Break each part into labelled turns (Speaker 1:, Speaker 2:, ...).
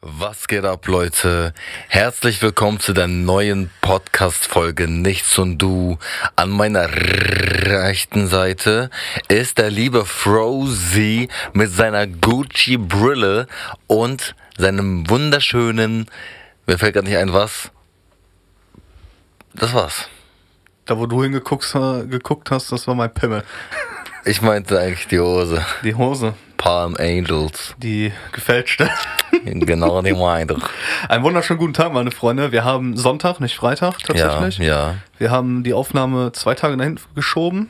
Speaker 1: Was geht ab, Leute? Herzlich willkommen zu der neuen Podcast-Folge Nichts und Du. An meiner rechten Seite ist der liebe Frozy mit seiner Gucci-Brille und seinem wunderschönen, mir fällt gerade nicht ein, was. Das war's.
Speaker 2: Da, wo du hingeguckt äh, geguckt hast, das war mein Pimmel.
Speaker 1: Ich meinte eigentlich die Hose.
Speaker 2: Die Hose,
Speaker 1: Palm Angels.
Speaker 2: die gefälschte.
Speaker 1: Genau die meine.
Speaker 2: Einen wunderschönen guten Tag, meine Freunde. Wir haben Sonntag, nicht Freitag
Speaker 1: Ja,
Speaker 2: tatsächlich.
Speaker 1: ja.
Speaker 2: Wir haben die Aufnahme zwei Tage nach hinten geschoben.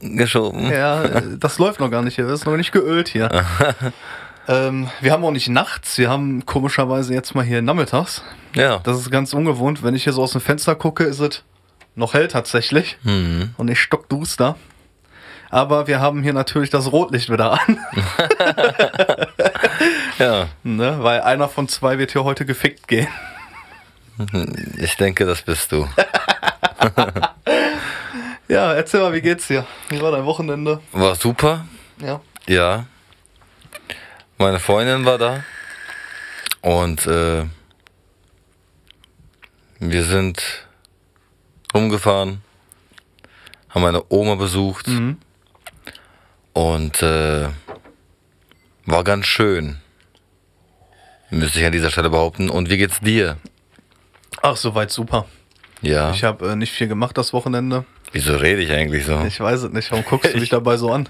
Speaker 1: Geschoben.
Speaker 2: Ja, äh, das läuft noch gar nicht hier. Das ist noch nicht geölt hier. ähm, wir haben auch nicht nachts. Wir haben komischerweise jetzt mal hier nachmittags.
Speaker 1: ja.
Speaker 2: Das ist ganz ungewohnt. Wenn ich hier so aus dem Fenster gucke, ist es noch hell tatsächlich. Und ich stockduster. Aber wir haben hier natürlich das Rotlicht wieder an.
Speaker 1: ja.
Speaker 2: Ne? Weil einer von zwei wird hier heute gefickt gehen.
Speaker 1: Ich denke, das bist du.
Speaker 2: Ja, erzähl mal, wie geht's dir? Wie war dein Wochenende?
Speaker 1: War super,
Speaker 2: Ja.
Speaker 1: ja. Meine Freundin war da. Und äh, wir sind rumgefahren, haben meine Oma besucht.
Speaker 2: Mhm.
Speaker 1: Und äh, war ganz schön. Müsste ich an dieser Stelle behaupten. Und wie geht's dir?
Speaker 2: Ach, soweit super.
Speaker 1: Ja.
Speaker 2: Ich habe äh, nicht viel gemacht das Wochenende.
Speaker 1: Wieso rede ich eigentlich so?
Speaker 2: Ich weiß es nicht. Warum guckst du mich dabei so an?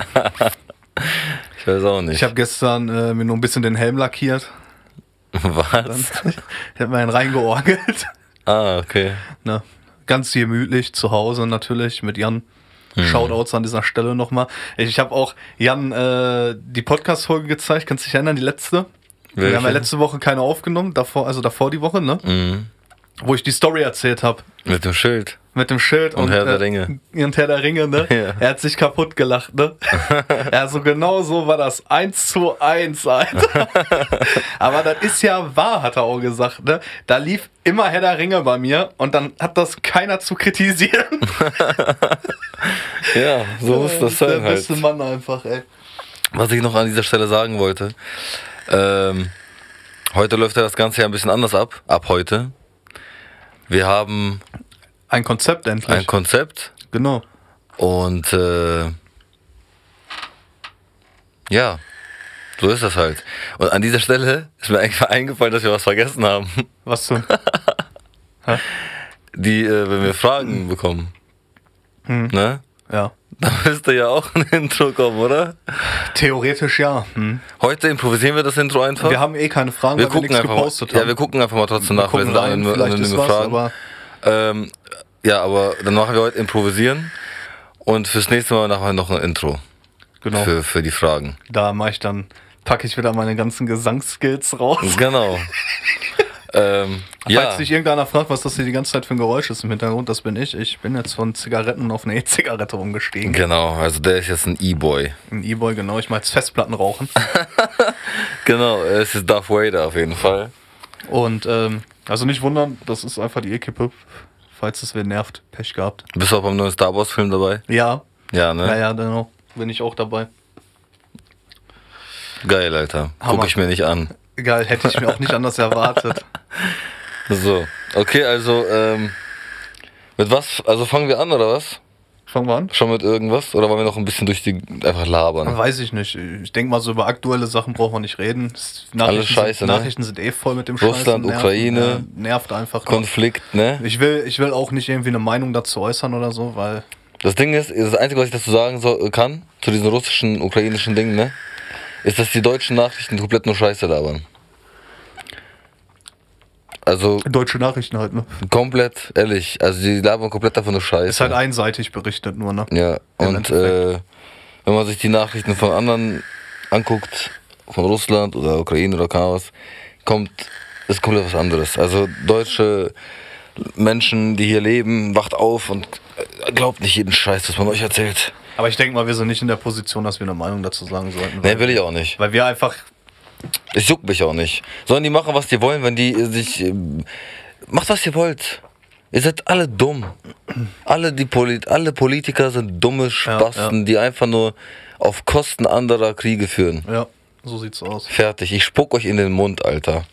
Speaker 1: Ich weiß auch nicht.
Speaker 2: Ich habe gestern äh, mir nur ein bisschen den Helm lackiert.
Speaker 1: Was?
Speaker 2: Ich habe mir einen reingeorgelt.
Speaker 1: Ah, okay.
Speaker 2: Ne? Ganz gemütlich zu Hause natürlich mit Jan.
Speaker 1: Mhm.
Speaker 2: Shoutouts an dieser Stelle nochmal. Ich, ich habe auch Jan äh, die Podcast-Folge gezeigt. Kannst du dich erinnern, die letzte? Wir
Speaker 1: Welche?
Speaker 2: haben ja letzte Woche keine aufgenommen, davor, also davor die Woche, ne?
Speaker 1: Mhm.
Speaker 2: Wo ich die Story erzählt habe.
Speaker 1: Mit dem Schild.
Speaker 2: Mit dem Schild und, äh,
Speaker 1: Herr der Ringe.
Speaker 2: Und Herr der Ringe, ne?
Speaker 1: Ja.
Speaker 2: Er hat sich kaputt gelacht, ne? also genau so war das. Eins zu eins, Alter. Aber das ist ja wahr, hat er auch gesagt, ne? Da lief immer Herr der Ringe bei mir und dann hat das keiner zu kritisieren.
Speaker 1: Ja, so muss das
Speaker 2: Der
Speaker 1: sein halt.
Speaker 2: beste Mann einfach, ey.
Speaker 1: Was ich noch an dieser Stelle sagen wollte, ähm, heute läuft ja das Ganze ja ein bisschen anders ab, ab heute. Wir haben
Speaker 2: Ein Konzept endlich.
Speaker 1: ein Konzept
Speaker 2: genau.
Speaker 1: und äh, ja, so ist das halt. Und an dieser Stelle ist mir eigentlich eingefallen, dass wir was vergessen haben.
Speaker 2: Was denn?
Speaker 1: Die, äh, wenn wir Fragen bekommen, ne?
Speaker 2: ja.
Speaker 1: Da müsste ja auch ein Intro kommen, oder?
Speaker 2: Theoretisch ja. Hm.
Speaker 1: Heute improvisieren wir das Intro einfach.
Speaker 2: Wir haben eh keine Fragen,
Speaker 1: wir
Speaker 2: weil wir
Speaker 1: gucken
Speaker 2: nichts
Speaker 1: einfach mal.
Speaker 2: gepostet
Speaker 1: Ja,
Speaker 2: haben.
Speaker 1: wir gucken einfach mal trotzdem nach.
Speaker 2: Gucken
Speaker 1: wir sind da
Speaker 2: rein,
Speaker 1: nur-
Speaker 2: vielleicht
Speaker 1: nur
Speaker 2: ist was,
Speaker 1: gefragt.
Speaker 2: aber
Speaker 1: Ähm, ja, aber dann machen wir heute improvisieren und fürs nächste Mal nachher noch ein Intro
Speaker 2: genau.
Speaker 1: für, für die Fragen.
Speaker 2: Da mache ich dann, packe ich wieder meine ganzen Gesangsskills raus.
Speaker 1: Genau. ähm, ja,
Speaker 2: Falls sich irgendeiner fragt, was das hier die ganze Zeit für ein Geräusch ist im Hintergrund, das bin ich. Ich bin jetzt von Zigaretten auf eine E-Zigarette umgestiegen.
Speaker 1: genau. Also der ist jetzt ein E-Boy.
Speaker 2: Ein E-Boy, genau. Ich mache jetzt Festplatten rauchen.
Speaker 1: Genau, es ist Darth Vader auf jeden Fall.
Speaker 2: Und ähm, also nicht wundern, das ist einfach die E-Kippe. Falls es wer nervt, Pech gehabt.
Speaker 1: Bist du auch beim neuen Star Wars Film dabei?
Speaker 2: Ja,
Speaker 1: Ja, ne?
Speaker 2: ja, ja, genau. Bin ich auch dabei.
Speaker 1: Geil, Alter. Guck
Speaker 2: Hammer.
Speaker 1: ich mir nicht an.
Speaker 2: Egal, hätte ich mir auch nicht anders erwartet.
Speaker 1: So, okay, also ähm, mit was? Also fangen wir an oder was?
Speaker 2: Fangen wir an.
Speaker 1: Schon mit irgendwas? Oder wollen wir noch ein bisschen durch die einfach labern?
Speaker 2: Weiß ich nicht. Ich denke mal, so über aktuelle Sachen brauchen wir nicht reden. Das- Nachrichten,
Speaker 1: scheiße,
Speaker 2: sind,
Speaker 1: ne?
Speaker 2: Nachrichten sind eh voll mit dem
Speaker 1: Russland,
Speaker 2: Scheiß. und
Speaker 1: Ukraine.
Speaker 2: Nervt, äh, nervt einfach. nur.
Speaker 1: Konflikt, ne?
Speaker 2: Ich will, ich will auch nicht irgendwie eine Meinung dazu äußern oder so, weil
Speaker 1: Das Ding ist, das Einzige, was ich dazu sagen so, kann, zu diesen russischen, ukrainischen Dingen, ne? Ist, dass die deutschen Nachrichten komplett nur Scheiße labern. Also
Speaker 2: deutsche Nachrichten halt, ne?
Speaker 1: komplett, ehrlich, also die labern komplett davon nur Scheiße.
Speaker 2: Ist halt einseitig berichtet nur, ne?
Speaker 1: ja,
Speaker 2: im
Speaker 1: und äh, wenn man sich die Nachrichten von anderen anguckt, von Russland oder Ukraine oder Chaos, kommt, ist komplett was anderes. Also deutsche Menschen, die hier leben, wacht auf und äh, glaubt nicht jeden Scheiß, was man euch erzählt.
Speaker 2: Aber ich denke mal, wir sind nicht in der Position, dass wir eine Meinung dazu sagen sollten. Weil,
Speaker 1: Ne, will ich auch nicht.
Speaker 2: weil wir einfach.
Speaker 1: Es juckt mich auch nicht. Sollen die machen, was die wollen, wenn die äh, sich. ähm, Macht, was ihr wollt. Ihr seid alle dumm. Alle, die Polit alle Politiker sind dumme Spasten, die einfach nur auf Kosten anderer Kriege führen.
Speaker 2: Ja, so sieht's aus.
Speaker 1: Fertig. Ich spuck euch in den Mund, Alter.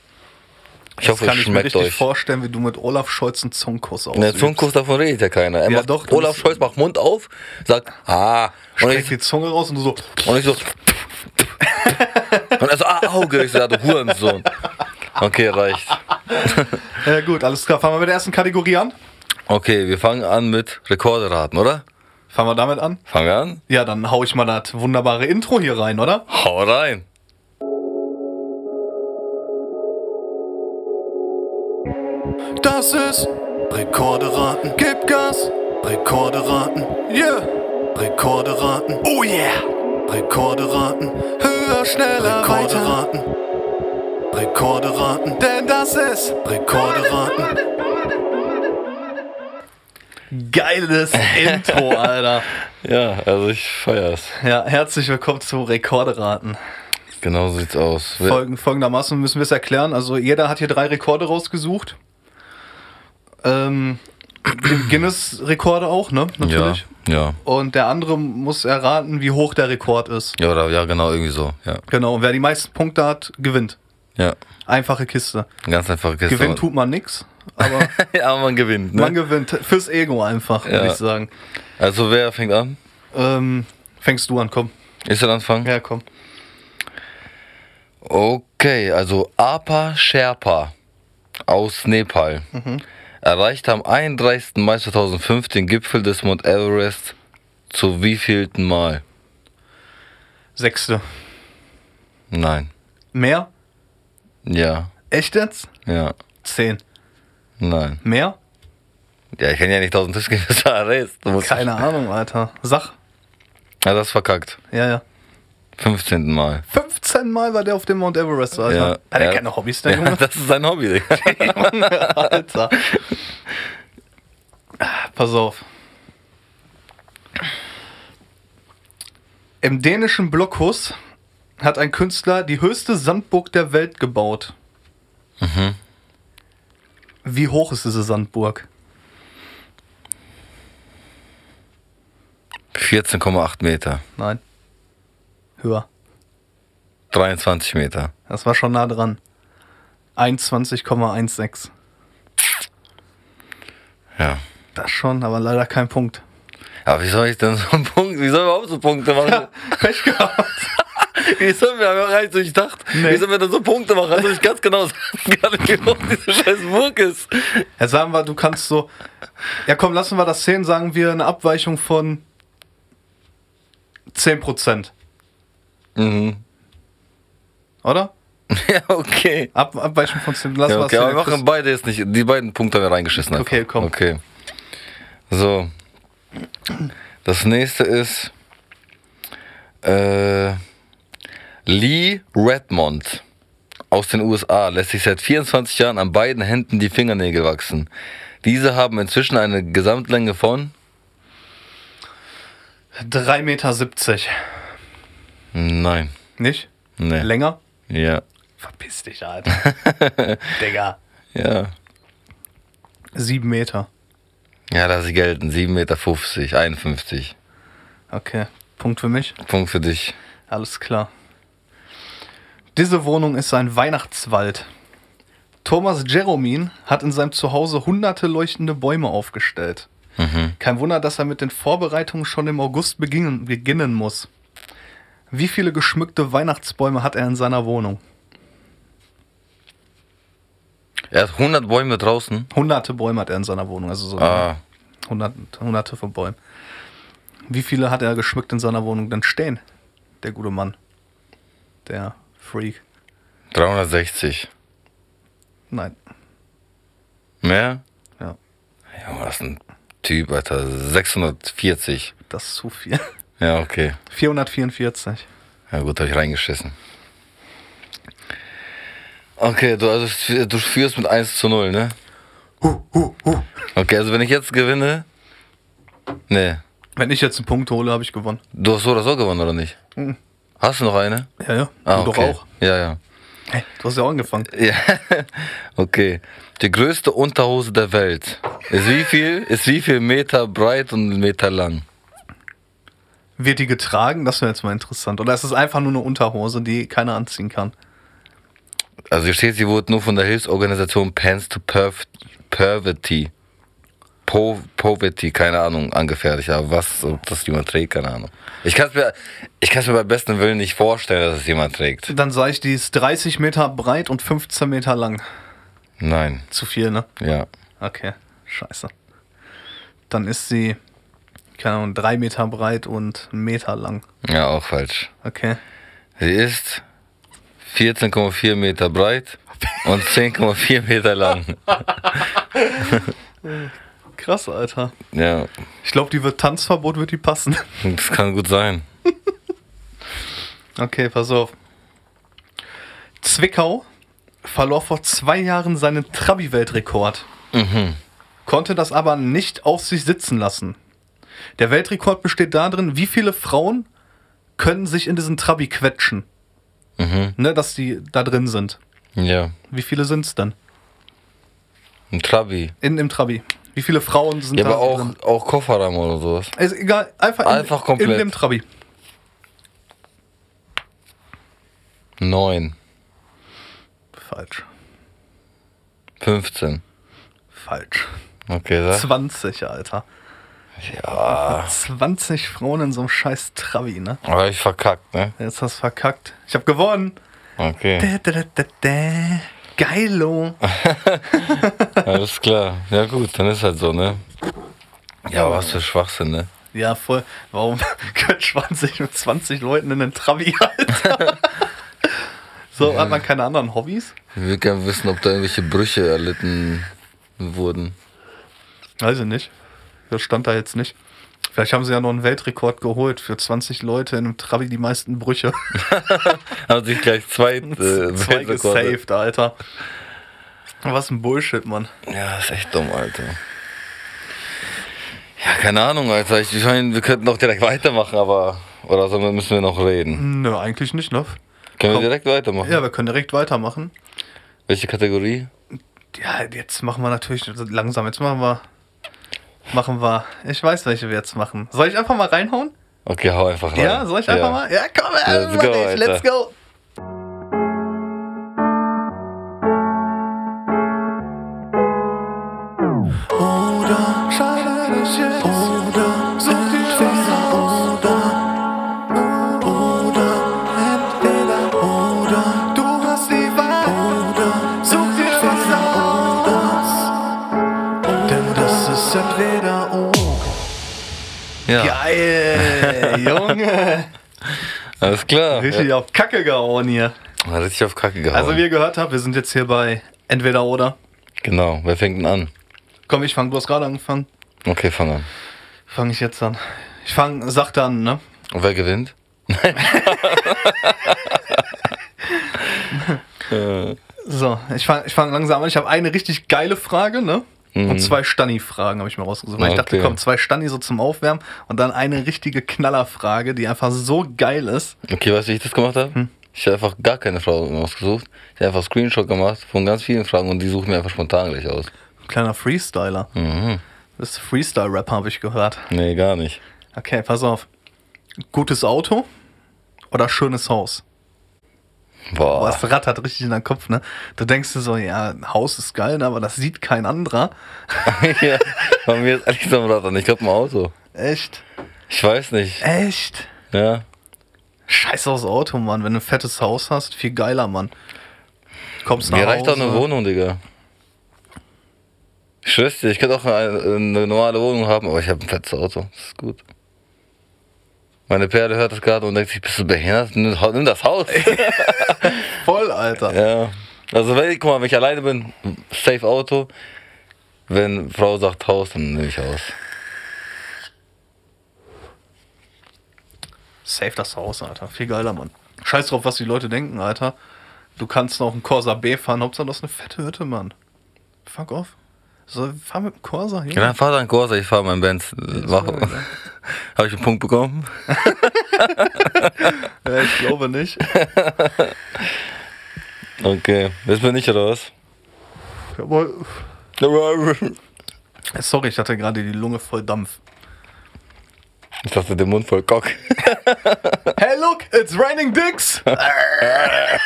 Speaker 1: Ich hoffe, es
Speaker 2: kann ich mir
Speaker 1: schmeckt
Speaker 2: richtig
Speaker 1: euch.
Speaker 2: vorstellen, wie du mit Olaf Scholz einen Zungenkuss
Speaker 1: Ne,
Speaker 2: ausübst.
Speaker 1: Zungenkuss davon redet ja keiner. Er
Speaker 2: Ja,
Speaker 1: macht,
Speaker 2: doch, du
Speaker 1: Olaf
Speaker 2: bist-
Speaker 1: Scholz macht Mund auf, sagt, ah, und
Speaker 2: Streck
Speaker 1: ich,
Speaker 2: die Zunge raus und du so,
Speaker 1: und ich so, und er so, ah, Auge, ich so, ja, du Hurensohn. Okay, reicht.
Speaker 2: ja äh, gut, alles klar. Fangen wir mit der ersten Kategorie an?
Speaker 1: Okay, wir fangen an mit Rekorde raten, oder?
Speaker 2: Fangen wir damit an?
Speaker 1: Fangen wir an?
Speaker 2: Ja, dann hau ich mal das wunderbare Intro hier rein, oder?
Speaker 1: Hau rein.
Speaker 2: Das ist Rekorde raten. Gib Gas. Rekorde raten. Yeah. Rekorde raten. Oh yeah. Rekorde raten. Höher, schneller, Rekorde weiter. raten. Rekorde raten. Denn das ist Rekorde raten. Geiles Intro, Alter.
Speaker 1: Ja, also ich feier's.
Speaker 2: Ja, herzlich willkommen zu Rekorde raten.
Speaker 1: Genau so sieht's aus. Wir-
Speaker 2: Folgen, folgendermaßen müssen wir es erklären. Also jeder hat hier drei Rekorde rausgesucht. Ähm, Guinness-Rekorde auch, ne?
Speaker 1: ja,
Speaker 2: Natürlich.
Speaker 1: ja.
Speaker 2: Und der andere muss erraten, wie hoch der Rekord ist.
Speaker 1: Ja, oder, ja, genau, irgendwie so. Ja,
Speaker 2: Genau, und wer die meisten Punkte hat, gewinnt.
Speaker 1: ja.
Speaker 2: Einfache Kiste.
Speaker 1: Ganz einfach Kiste.
Speaker 2: Gewinnt tut man nix, aber
Speaker 1: ja, man gewinnt. Ne?
Speaker 2: man gewinnt. Fürs Ego einfach,
Speaker 1: Ja.
Speaker 2: würde ich sagen.
Speaker 1: also wer fängt an?
Speaker 2: Ähm, fängst du an, komm.
Speaker 1: Ist der Anfang?
Speaker 2: Ja, komm.
Speaker 1: Okay, also Apa Sherpa aus Nepal erreichte am 31. Mai 2005 den Gipfel des Mount Everest zu wievielten Mal?
Speaker 2: Sechste.
Speaker 1: Nein.
Speaker 2: Mehr?
Speaker 1: Ja.
Speaker 2: Echt jetzt?
Speaker 1: Ja.
Speaker 2: Zehn.
Speaker 1: Nein.
Speaker 2: Mehr?
Speaker 1: Ja, ich kenne ja nicht 1000 Tischgewisser Arrest. Du musst-
Speaker 2: Keine Ahnung, Alter. Sach.
Speaker 1: Ja, das ist verkackt.
Speaker 2: Ja, ja.
Speaker 1: 15. Mal.
Speaker 2: 15 Mal war der auf dem Mount Everest, Alter.
Speaker 1: Ja.
Speaker 2: Hat er
Speaker 1: Ja.
Speaker 2: keine Hobbys, der
Speaker 1: Ja, das ist sein Hobby, Digga.
Speaker 2: Junge? Alter. Pass auf. Im dänischen Blockhus hat ein Künstler die höchste Sandburg der Welt gebaut.
Speaker 1: Mhm.
Speaker 2: Wie hoch ist diese Sandburg?
Speaker 1: 14,8 Meter.
Speaker 2: Nein. Höher.
Speaker 1: 23 Meter.
Speaker 2: Das war schon nah dran. 21,16.
Speaker 1: Ja.
Speaker 2: Das schon, aber leider kein Punkt.
Speaker 1: Aber wie soll ich denn so einen Punkt, wie soll ich überhaupt so Punkte machen?
Speaker 2: Pech gehabt.
Speaker 1: Wie sollen wir, haben wir gar nicht so durchdacht,
Speaker 2: Nee.
Speaker 1: wie sollen wir denn so Punkte machen? Also ich ganz genau sagen kann, wie hoch diese scheiß Burg ist.
Speaker 2: Ja, sagen wir, du kannst so. Ja, komm, lassen wir das sehen. Sagen wir eine Abweichung von 10%.
Speaker 1: Mhm.
Speaker 2: Oder?
Speaker 1: Ja, okay.
Speaker 2: Ab, Abweichung von 10%. Lassen
Speaker 1: Ja, okay,
Speaker 2: wir
Speaker 1: aber
Speaker 2: das
Speaker 1: wir
Speaker 2: sehen.
Speaker 1: machen beide jetzt nicht. Die beiden Punkte haben wir reingeschissen. Einfach.
Speaker 2: Okay, komm.
Speaker 1: Okay. So. Das nächste ist äh, Lee Redmond aus den USA lässt sich seit 24 Jahren an beiden Händen die Fingernägel wachsen. Diese haben inzwischen eine Gesamtlänge von
Speaker 2: 3,70 Meter.
Speaker 1: Nein.
Speaker 2: Nicht?
Speaker 1: Nee.
Speaker 2: Länger?
Speaker 1: Ja.
Speaker 2: Verpiss dich, Alter. Digga.
Speaker 1: Ja.
Speaker 2: 7 Meter.
Speaker 1: Ja, dass sie gelten. 7,50 Meter, 51.
Speaker 2: Okay. Punkt für mich.
Speaker 1: Punkt für dich.
Speaker 2: Alles klar. Diese Wohnung ist ein Weihnachtswald. Thomas Jeromin hat in seinem Zuhause hunderte leuchtende Bäume aufgestellt. Kein Wunder, dass er mit den Vorbereitungen schon im August beginnen, beginnen muss. Wie viele geschmückte Weihnachtsbäume hat er in seiner Wohnung?
Speaker 1: Er hat 100 Bäume draußen.
Speaker 2: Hunderte Bäume hat er in seiner Wohnung, also so
Speaker 1: Ah,
Speaker 2: hundert, hunderte von Bäumen. Wie viele hat er geschmückt in seiner Wohnung denn stehen? Der gute Mann. Der Freak.
Speaker 1: 360.
Speaker 2: Nein.
Speaker 1: Mehr?
Speaker 2: Ja,
Speaker 1: Junge, das ist ein Typ, Alter. 640.
Speaker 2: das ist zu viel.
Speaker 1: Ja, okay.
Speaker 2: 444.
Speaker 1: Ja, gut, habe ich reingeschissen. Okay, du, also, du führst mit 1 zu 0, ne? Okay, also wenn ich jetzt gewinne. Nee.
Speaker 2: Wenn ich jetzt einen Punkt hole, habe ich gewonnen.
Speaker 1: Du hast so oder so gewonnen, oder nicht? Hast du noch eine?
Speaker 2: Ja, ja. du
Speaker 1: Ah, okay.
Speaker 2: doch auch.
Speaker 1: Ja, ja.
Speaker 2: Hey, du hast ja auch angefangen.
Speaker 1: Ja, okay. Die größte Unterhose der Welt. Ist wie viel, ist wie viel Meter breit und Meter lang?
Speaker 2: Wird die getragen? Das wäre jetzt mal interessant. Oder ist es einfach nur eine Unterhose, die keiner anziehen kann?
Speaker 1: Also hier steht, sie wurde nur von der Hilfsorganisation Pants to Perf Poverty. Po Poverty, keine Ahnung, angefertigt. Aber was, ob das jemand trägt, keine Ahnung. Ich kann es mir, ich kann's mir beim besten Willen nicht vorstellen, dass es jemand trägt.
Speaker 2: Dann sage ich, die ist 30 Meter breit und 15 Meter lang.
Speaker 1: Nein,
Speaker 2: Zu viel, ne?
Speaker 1: ja.
Speaker 2: Okay, scheiße. Dann ist sie, keine Ahnung, drei Meter breit und einen Meter lang.
Speaker 1: Ja, auch falsch.
Speaker 2: Okay.
Speaker 1: Sie ist 14,4 Meter breit und 10,4 Meter lang.
Speaker 2: Krass, Alter.
Speaker 1: Ja,
Speaker 2: Ich glaube, die wird Tanzverbot, wird die passen.
Speaker 1: das kann gut sein.
Speaker 2: Okay, pass auf. Zwickau verlor vor zwei Jahren seinen Trabi-Weltrekord.
Speaker 1: Mhm.
Speaker 2: Konnte das aber nicht auf sich sitzen lassen. Der Weltrekord besteht darin, wie viele Frauen können sich in diesen Trabi quetschen.
Speaker 1: Mhm.
Speaker 2: Ne, dass die da drin sind.
Speaker 1: Ja,
Speaker 2: Wie viele sind es denn?
Speaker 1: ein Trabi.
Speaker 2: In im Trabi. Wie viele Frauen sind
Speaker 1: Ja,
Speaker 2: da
Speaker 1: aber auch,
Speaker 2: drin?
Speaker 1: auch Kofferraum oder sowas.
Speaker 2: Ist egal, einfach,
Speaker 1: Einfach
Speaker 2: in,
Speaker 1: komplett.
Speaker 2: in dem Trabi.
Speaker 1: Neun,
Speaker 2: Falsch.
Speaker 1: 15.
Speaker 2: Falsch.
Speaker 1: Okay, sag.
Speaker 2: 20, Alter. Ja. 20 Frauen in so einem scheiß Trabi, ne?
Speaker 1: Aber ich verkackt, ne?
Speaker 2: Jetzt hast du verkackt. Ich hab gewonnen.
Speaker 1: Okay,
Speaker 2: Da, da, da, da, da. Geilo.
Speaker 1: alles klar. Ja gut, dann ist halt so, ne? Ja, aber was für Schwachsinn, ne?
Speaker 2: Ja, voll. Warum quetscht man sich mit 20 Leuten in den Trabi, Alter? so, hat man keine anderen Hobbys?
Speaker 1: Ich will gerne wissen, ob da irgendwelche Brüche erlitten wurden.
Speaker 2: Weiß ich nicht. Das stand da jetzt nicht. Vielleicht haben sie ja noch einen Weltrekord geholt für 20 Leute in einem Trabi die meisten Brüche.
Speaker 1: Haben sich gleich zwei, äh,
Speaker 2: Zwei
Speaker 1: Weltrekorde-
Speaker 2: gesaved, Alter. Was ein Bullshit, Mann.
Speaker 1: Ja, ist echt dumm, Alter. Ja, keine Ahnung, Alter. Ich, ich meine, wir könnten auch direkt weitermachen, aber. Oder so müssen wir noch reden.
Speaker 2: Nö, eigentlich nicht, ne?
Speaker 1: Können
Speaker 2: Komm.
Speaker 1: wir direkt weitermachen?
Speaker 2: Ja, wir können direkt weitermachen.
Speaker 1: Welche Kategorie?
Speaker 2: Ja, jetzt machen wir natürlich langsam. Jetzt machen wir. Machen wir. Ich weiß, welche wir jetzt machen. Soll ich einfach mal reinhauen?
Speaker 1: Okay, hau einfach rein.
Speaker 2: Ja, soll ich einfach mal? Ja, komm, let's
Speaker 1: go,
Speaker 2: go. Let's
Speaker 1: Alter.
Speaker 2: go.
Speaker 3: Oder schade das jetzt Oder such dir was aus Oder Oder entweder Oder du hast die Wahl Oder such dir was aus Denn das ist entweder Oder
Speaker 1: Ja,
Speaker 2: Geil, Junge.
Speaker 1: alles klar.
Speaker 2: Richtig auf Kacke gehauen hier.
Speaker 1: Ja, richtig auf Kacke gehauen.
Speaker 2: Also, wie ihr gehört habt, wir sind jetzt hier bei Entweder oder.
Speaker 1: genau, wer fängt denn an?
Speaker 2: Komm, ich fange. Du hast gerade angefangen.
Speaker 1: Okay, fang an.
Speaker 2: Fange ich jetzt an. Ich fange, sag dann, ne?
Speaker 1: Und wer gewinnt? Nein.
Speaker 2: So, ich fange ich fang langsam an. Ich habe eine richtig geile Frage, ne? Und zwei Stanni-Fragen habe ich mir rausgesucht. Weil Ich dachte,
Speaker 1: Mhm. Okay.
Speaker 2: komm, zwei Stanni so zum Aufwärmen und dann eine richtige Knallerfrage, die einfach so geil ist.
Speaker 1: äh, okay, weißt du, wie ich das gemacht habe?
Speaker 2: Hm.
Speaker 1: Ich habe einfach gar keine Frage ausgesucht. Ich habe einfach Screenshot gemacht von ganz vielen Fragen und die suchen mir einfach spontan gleich aus.
Speaker 2: Kleiner Freestyler.
Speaker 1: Mhm.
Speaker 2: Das ist Freestyle-Rap, habe ich gehört.
Speaker 1: Nee, gar nicht.
Speaker 2: Okay, pass auf. Gutes Auto oder schönes Haus?
Speaker 1: Boah.
Speaker 2: Boah, das rattert richtig in deinem Kopf, ne? Du denkst dir so, ja, ein Haus ist geil, ne? aber das sieht kein anderer.
Speaker 1: ja, bei mir ist eigentlich so ein Rad an. Ich glaube, ein Auto.
Speaker 2: Echt?
Speaker 1: Ich weiß nicht.
Speaker 2: Echt?
Speaker 1: Ja.
Speaker 2: Scheiß aufs Auto, Mann. Wenn du ein fettes Haus hast, viel geiler, Mann. Kommst nach
Speaker 1: Mir reicht doch
Speaker 2: Hause.
Speaker 1: eine Wohnung, Digga. Ich schwör's dir, ich könnte auch eine, eine normale Wohnung haben, aber ich habe ein fettes Auto. Das ist gut. Meine Perle hört das gerade und denkt sich, bist du behindert? Nimm, nimm das Haus.
Speaker 2: Voll, Alter.
Speaker 1: ja. Also, wenn, guck mal, wenn ich alleine bin, safe Auto. Wenn Frau sagt Haus, dann nehme ich Haus.
Speaker 2: Save das Haus, Alter. Viel geiler, Mann. Scheiß drauf, was die Leute denken, Alter. Du kannst noch einen Corsa B fahren. Hauptsache, das ist eine fette Hütte, Mann. Fuck off. So, fahr mit dem Corsa hier.
Speaker 1: Ja, dann fahr dann Corsa, ich fahr meinen Benz. Habe ich einen Punkt bekommen?
Speaker 2: Äh, ich glaube nicht.
Speaker 1: Okay. Jetzt bin ich oder was?
Speaker 2: Aber, äh, sorry, ich hatte gerade die Lunge voll Dampf.
Speaker 1: Ich dachte, der Mund voll Kock.
Speaker 2: Hey, look, it's raining dicks!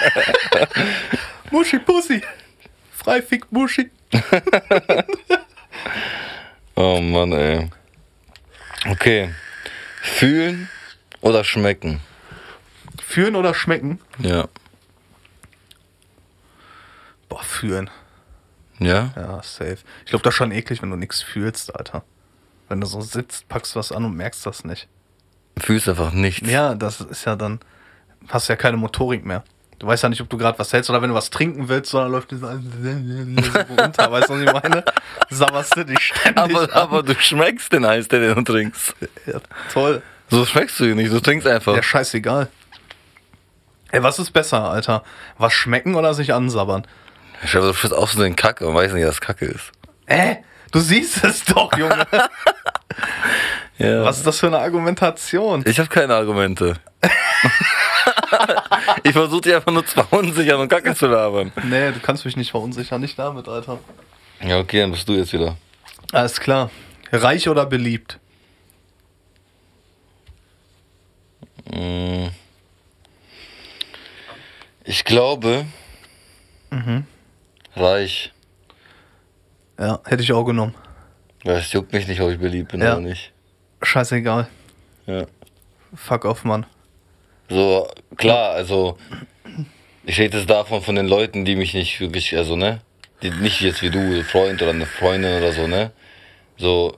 Speaker 2: Muschi Pussy. Freifick Muschi.
Speaker 1: Oh Mann, ey. Okay. Fühlen oder schmecken?
Speaker 2: Führen oder schmecken?
Speaker 1: Ja.
Speaker 2: Boah, führen.
Speaker 1: Ja?
Speaker 2: Ja, safe. Ich glaube, das ist schon eklig, wenn du nichts fühlst, Alter. Wenn du so sitzt, packst was an und merkst das nicht.
Speaker 1: Fühlst einfach nichts.
Speaker 2: Ja, das ist ja dann, hast ja keine Motorik mehr. Du weißt ja nicht, ob du gerade was hältst oder wenn du was trinken willst, sondern läuft das so runter. Weißt du, was ich meine? Sabberst du dich ständig.
Speaker 1: Aber,
Speaker 2: an.
Speaker 1: aber du schmeckst den Eis, den du trinkst.
Speaker 2: ja, toll.
Speaker 1: So schmeckst du ihn nicht, du trinkst einfach.
Speaker 2: Ja, scheißegal. Ey, was ist besser, Alter? Was schmecken oder sich ansabbern?
Speaker 1: Ich glaube, du frisst auch so den Kacke und weißt nicht, dass Kacke ist.
Speaker 2: Äh, du siehst es doch, Junge.
Speaker 1: Ja.
Speaker 2: Was ist das für eine Argumentation?
Speaker 1: Ich habe keine Argumente. ich versuche dich einfach nur zu verunsichern und Kacke zu labern.
Speaker 2: Nee, du kannst mich nicht verunsichern, nicht damit, Alter.
Speaker 1: Ja, okay, dann bist du jetzt wieder.
Speaker 2: Alles klar. Reich oder beliebt?
Speaker 1: Ich glaube.
Speaker 2: Mhm.
Speaker 1: Reich.
Speaker 2: Ja, hätte ich auch genommen.
Speaker 1: Ja, Es juckt mich nicht, ob ich beliebt bin
Speaker 2: Ja.
Speaker 1: oder nicht.
Speaker 2: Scheißegal.
Speaker 1: Ja.
Speaker 2: Fuck off, Mann.
Speaker 1: So, klar, also. Ich rede jetzt davon von den Leuten, die mich nicht wirklich, also, ne? Die nicht jetzt wie du, ein Freund oder eine Freundin oder so, ne? So,